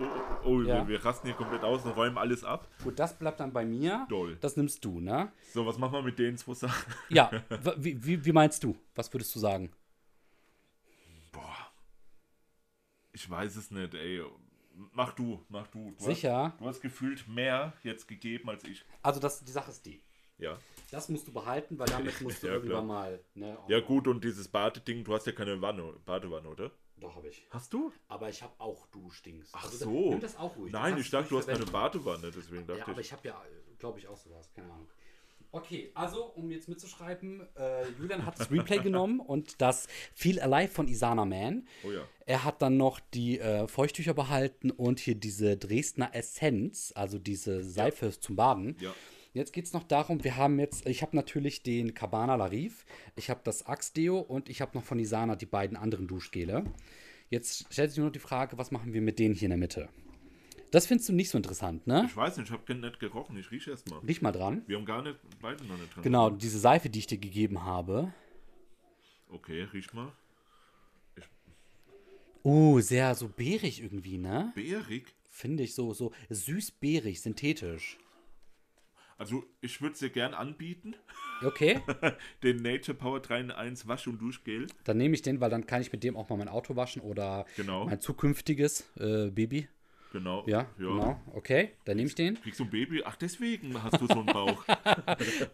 Speaker 2: Oh, Wir,
Speaker 3: Ja.
Speaker 2: wir rasten hier komplett aus und räumen alles ab.
Speaker 3: gut, das bleibt dann bei mir.
Speaker 2: Doll.
Speaker 3: Das nimmst du, ne?
Speaker 2: So, was machen wir mit den zwei Sachen?
Speaker 3: Ja, w- wie, wie, wie meinst du? Was würdest du sagen?
Speaker 2: Boah. Ich weiß es nicht, ey. Mach du, mach du. du
Speaker 3: Sicher?
Speaker 2: Hast, du hast gefühlt mehr jetzt gegeben als ich.
Speaker 3: Also, das, die Sache ist die.
Speaker 2: Ja.
Speaker 3: Das musst du behalten, weil damit musst du
Speaker 2: Ja, klar.
Speaker 3: irgendwann mal. Ne,
Speaker 2: Ja, gut, und dieses Badeding, du hast ja keine Wanne, Badewanne, oder?
Speaker 3: Da habe ich.
Speaker 2: Hast du?
Speaker 3: Aber ich habe auch du stinkst.
Speaker 2: Ach
Speaker 3: Also,
Speaker 2: so.
Speaker 3: Nimm das auch ruhig.
Speaker 2: Nein,
Speaker 3: kannst
Speaker 2: ich
Speaker 3: es
Speaker 2: dachte, du hast
Speaker 3: ruhig
Speaker 2: keine
Speaker 3: verwenden.
Speaker 2: Badewanne, deswegen dachte
Speaker 3: Ja, aber
Speaker 2: ich.
Speaker 3: ich habe ja, glaube ich, auch sowas, keine Ahnung. Okay, also um jetzt mitzuschreiben, äh, Julian hat das Replay genommen und das Feel Alive von Isana Man.
Speaker 2: Oh ja.
Speaker 3: Er hat dann noch die äh, Feuchttücher behalten und hier diese Dresdner Essenz, also diese Seife zum Baden.
Speaker 2: Ja.
Speaker 3: Jetzt geht es noch darum, wir haben jetzt, ich habe natürlich den Cabana Larif, ich habe das Axe-Deo und ich habe noch von Isana die beiden anderen Duschgele. Jetzt stellt sich nur noch die Frage, was machen wir mit denen hier in der Mitte? Das findest du nicht so interessant, ne?
Speaker 2: Ich weiß nicht, ich habe nicht gerochen, ich rieche erstmal.
Speaker 3: Riech mal dran.
Speaker 2: Wir haben gar nicht, beide noch nicht dran.
Speaker 3: Genau, diese Seife, die ich dir gegeben habe.
Speaker 2: Okay, riech mal.
Speaker 3: Uh, sehr so beerig irgendwie, ne?
Speaker 2: Beerig?
Speaker 3: Finde ich so, so süß-beerig, synthetisch.
Speaker 2: Also, ich würde es dir gern anbieten.
Speaker 3: Okay,
Speaker 2: Den Nature Power 3 in 1 Wasch- und Duschgel.
Speaker 3: dann nehme ich den, weil dann kann ich mit dem auch mal mein Auto waschen oder
Speaker 2: Genau.
Speaker 3: mein zukünftiges äh, Baby.
Speaker 2: Genau.
Speaker 3: Ja, genau. Okay, dann nehme ich den.
Speaker 2: Kriegst du ein Baby? Ach, deswegen hast du so einen Bauch.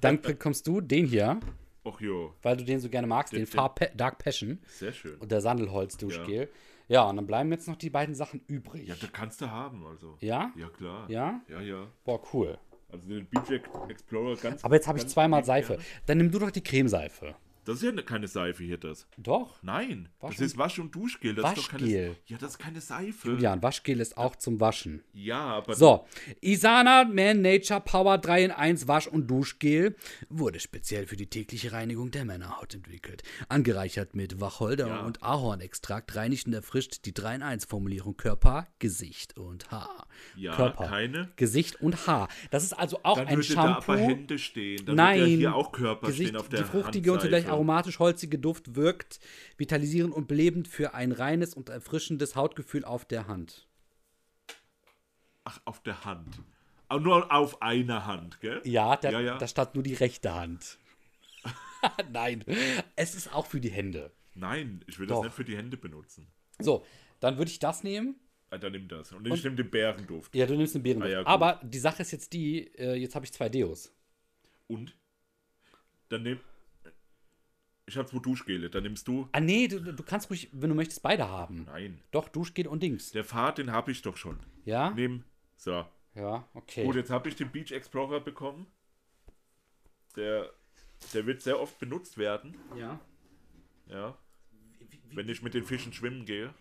Speaker 3: Dann bekommst du den hier,
Speaker 2: Och jo,
Speaker 3: weil du den so gerne magst, den,
Speaker 2: Den-
Speaker 3: Far Pa- Dark Passion
Speaker 2: sehr schön.
Speaker 3: und der Sandelholz-Duschgel. Ja. und dann bleiben jetzt noch die beiden Sachen übrig.
Speaker 2: Ja, das kannst du haben, also.
Speaker 3: Ja?
Speaker 2: Ja, klar.
Speaker 3: Ja?
Speaker 2: Ja, ja.
Speaker 3: Boah, cool.
Speaker 2: Also den Beach Explorer ganz.
Speaker 3: Aber jetzt habe ich
Speaker 2: ganz
Speaker 3: zweimal
Speaker 2: lieb
Speaker 3: Seife.
Speaker 2: gerne.
Speaker 3: Dann nimm du doch die Cremeseife.
Speaker 2: Das ist ja ne- keine Seife hier, das.
Speaker 3: Doch.
Speaker 2: Nein,
Speaker 3: Wasch-
Speaker 2: das ist Wasch- und Duschgel. Das Ist doch
Speaker 3: Waschgel.
Speaker 2: keine, ja, das ist keine Seife.
Speaker 3: Julian, Waschgel ist auch zum Waschen.
Speaker 2: Ja, aber
Speaker 3: So, Isana Man Nature Power 3 in 1 Wasch- und Duschgel wurde speziell für die tägliche Reinigung der Männerhaut entwickelt. Angereichert mit Wacholder
Speaker 2: Ja.
Speaker 3: und Ahornextrakt reinigt und erfrischt die 3 in 1 Formulierung Körper, Gesicht und Haar.
Speaker 2: Ja,
Speaker 3: Körper,
Speaker 2: keine.
Speaker 3: Gesicht und Haar. Das ist also auch
Speaker 2: dann
Speaker 3: ein
Speaker 2: würde da
Speaker 3: Shampoo.
Speaker 2: aber Hände stehen. Dann
Speaker 3: Nein,
Speaker 2: Würde ja hier auch Körper
Speaker 3: Gesicht,
Speaker 2: stehen auf der
Speaker 3: die fruchtige und zugleich
Speaker 2: Handseife.
Speaker 3: aromatisch holzige Duft wirkt vitalisierend und belebend für ein reines und erfrischendes Hautgefühl auf der Hand.
Speaker 2: Ach, auf der Hand. Aber nur auf einer Hand, gell?
Speaker 3: Ja, da,
Speaker 2: ja, ja.
Speaker 3: da stand nur die rechte Hand. Nein, es ist auch für die Hände.
Speaker 2: Nein, ich will
Speaker 3: Doch.
Speaker 2: das nicht für die Hände benutzen.
Speaker 3: So, dann würde ich das nehmen.
Speaker 2: Ah, dann nimm das. Und ich nehme den Bärenduft.
Speaker 3: Ja, du nimmst den Beeren.
Speaker 2: Ah, ja, gut.
Speaker 3: Aber die Sache ist jetzt die, äh, jetzt habe ich zwei Deos.
Speaker 2: Und? Dann nimm. Ich habe zwei Duschgele. Dann nimmst du.
Speaker 3: Ah, nee, du, du kannst ruhig, wenn du möchtest, beide haben.
Speaker 2: Nein.
Speaker 3: Doch, Duschgel und Dings.
Speaker 2: Der Pfad, den habe ich doch schon.
Speaker 3: Ja?
Speaker 2: Nimm. So.
Speaker 3: Ja, okay.
Speaker 2: Gut, jetzt habe ich den Beach Explorer bekommen. Der, der wird sehr oft benutzt werden.
Speaker 3: Ja.
Speaker 2: Ja.
Speaker 3: Wie,
Speaker 2: Wenn ich mit den Fischen schwimmen gehe.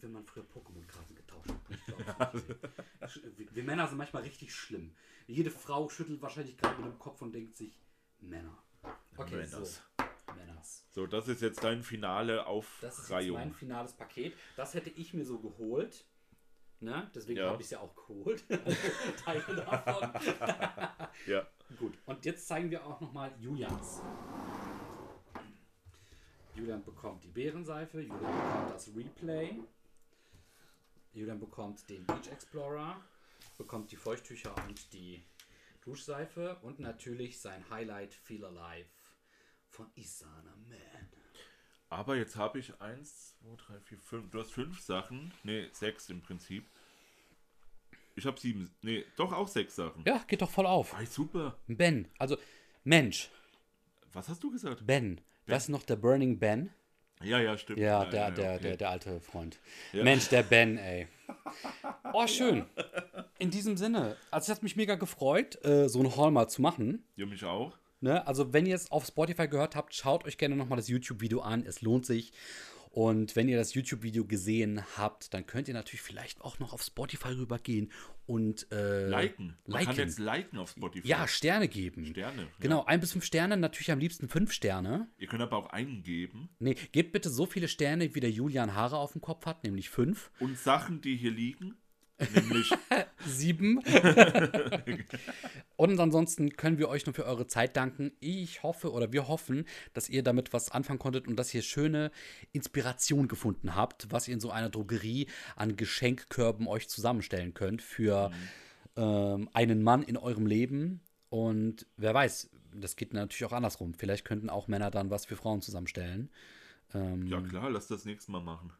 Speaker 3: wenn man früher Pokémon-Karten getauscht hat. Wir Männer sind manchmal richtig schlimm. Jede Frau schüttelt wahrscheinlich gerade mit dem Kopf und denkt sich, Männer. Okay,
Speaker 2: Männers.
Speaker 3: so. Männers.
Speaker 2: So, das ist jetzt dein finale
Speaker 3: Das ist jetzt mein
Speaker 2: Aufreihung.
Speaker 3: finales Paket. Das hätte ich mir so geholt. Ne? Deswegen
Speaker 2: Ja.
Speaker 3: habe ich es ja auch geholt. Teile davon.
Speaker 2: Ja.
Speaker 3: Gut. Und jetzt zeigen wir auch nochmal Julians. Julian bekommt die Bärenseife, Julian bekommt das Replay, Julian bekommt den Beach Explorer, bekommt die Feuchttücher und die Duschseife und natürlich sein Highlight Feel Alive von Isana Man.
Speaker 2: Aber jetzt habe ich eins, zwei, drei, vier, fünf. Du hast fünf Sachen. Nee, sechs im Prinzip. Ich habe sieben. Nee, doch auch sechs Sachen.
Speaker 3: Ja, geht doch voll auf.
Speaker 2: Ah, super.
Speaker 3: Ben, also Mensch,
Speaker 2: Was hast du gesagt?
Speaker 3: Ben. Das ist noch der Burning Ben.
Speaker 2: Ja, ja, stimmt.
Speaker 3: Ja, der, der,
Speaker 2: okay.
Speaker 3: der, der alte Freund. Mensch, der Ben, ey. Oh, schön. In diesem Sinne, also es hat mich mega gefreut, äh, so einen Haul mal zu machen.
Speaker 2: Ja, mich auch.
Speaker 3: Ne? Also, wenn ihr es auf Spotify gehört habt, schaut euch gerne nochmal das YouTube-Video an. Es lohnt sich. Und wenn ihr das YouTube-Video gesehen habt, dann könnt ihr natürlich vielleicht auch noch auf Spotify rübergehen und äh,
Speaker 2: Liken. Man
Speaker 3: liken.
Speaker 2: kann jetzt liken auf Spotify.
Speaker 3: Ja, Sterne geben.
Speaker 2: Sterne, ja.
Speaker 3: Genau, ein bis fünf Sterne, natürlich am liebsten fünf Sterne.
Speaker 2: Ihr könnt aber auch eingeben.
Speaker 3: Nee, gebt bitte so viele Sterne, wie der Julian Haare auf dem Kopf hat, nämlich fünf,
Speaker 2: Und Sachen, die hier liegen, nämlich
Speaker 3: sieben. Und ansonsten können wir euch nur für eure Zeit danken. Ich hoffe oder wir hoffen, dass ihr damit was anfangen konntet und dass ihr schöne Inspiration gefunden habt, was ihr in so einer Drogerie an Geschenkkörben euch zusammenstellen könnt für ähm, einen Mann in eurem Leben. Und wer weiß, das geht natürlich auch andersrum. Vielleicht könnten auch Männer dann was für Frauen zusammenstellen. Ähm,
Speaker 2: Ja klar, lass das nächste Mal machen.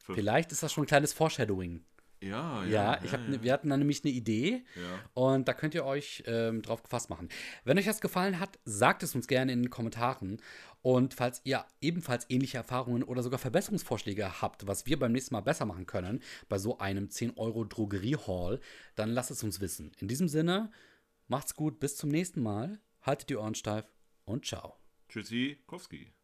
Speaker 3: Vielleicht ist das schon ein kleines Foreshadowing.
Speaker 2: Ja,
Speaker 3: Ja,
Speaker 2: ja.
Speaker 3: ich hab, ne- wir hatten da nämlich eine Idee
Speaker 2: Ja.
Speaker 3: und da könnt ihr euch ähm, drauf gefasst machen. Wenn euch das gefallen hat, sagt es uns gerne in den Kommentaren. Und falls ihr ebenfalls ähnliche Erfahrungen oder sogar Verbesserungsvorschläge habt, was wir beim nächsten Mal besser machen können, bei so einem 10-Euro-Drogerie-Haul, dann lasst es uns wissen. In diesem Sinne, macht's gut, bis zum nächsten Mal, haltet die Ohren steif und ciao.
Speaker 2: Tschüssi, Kowski.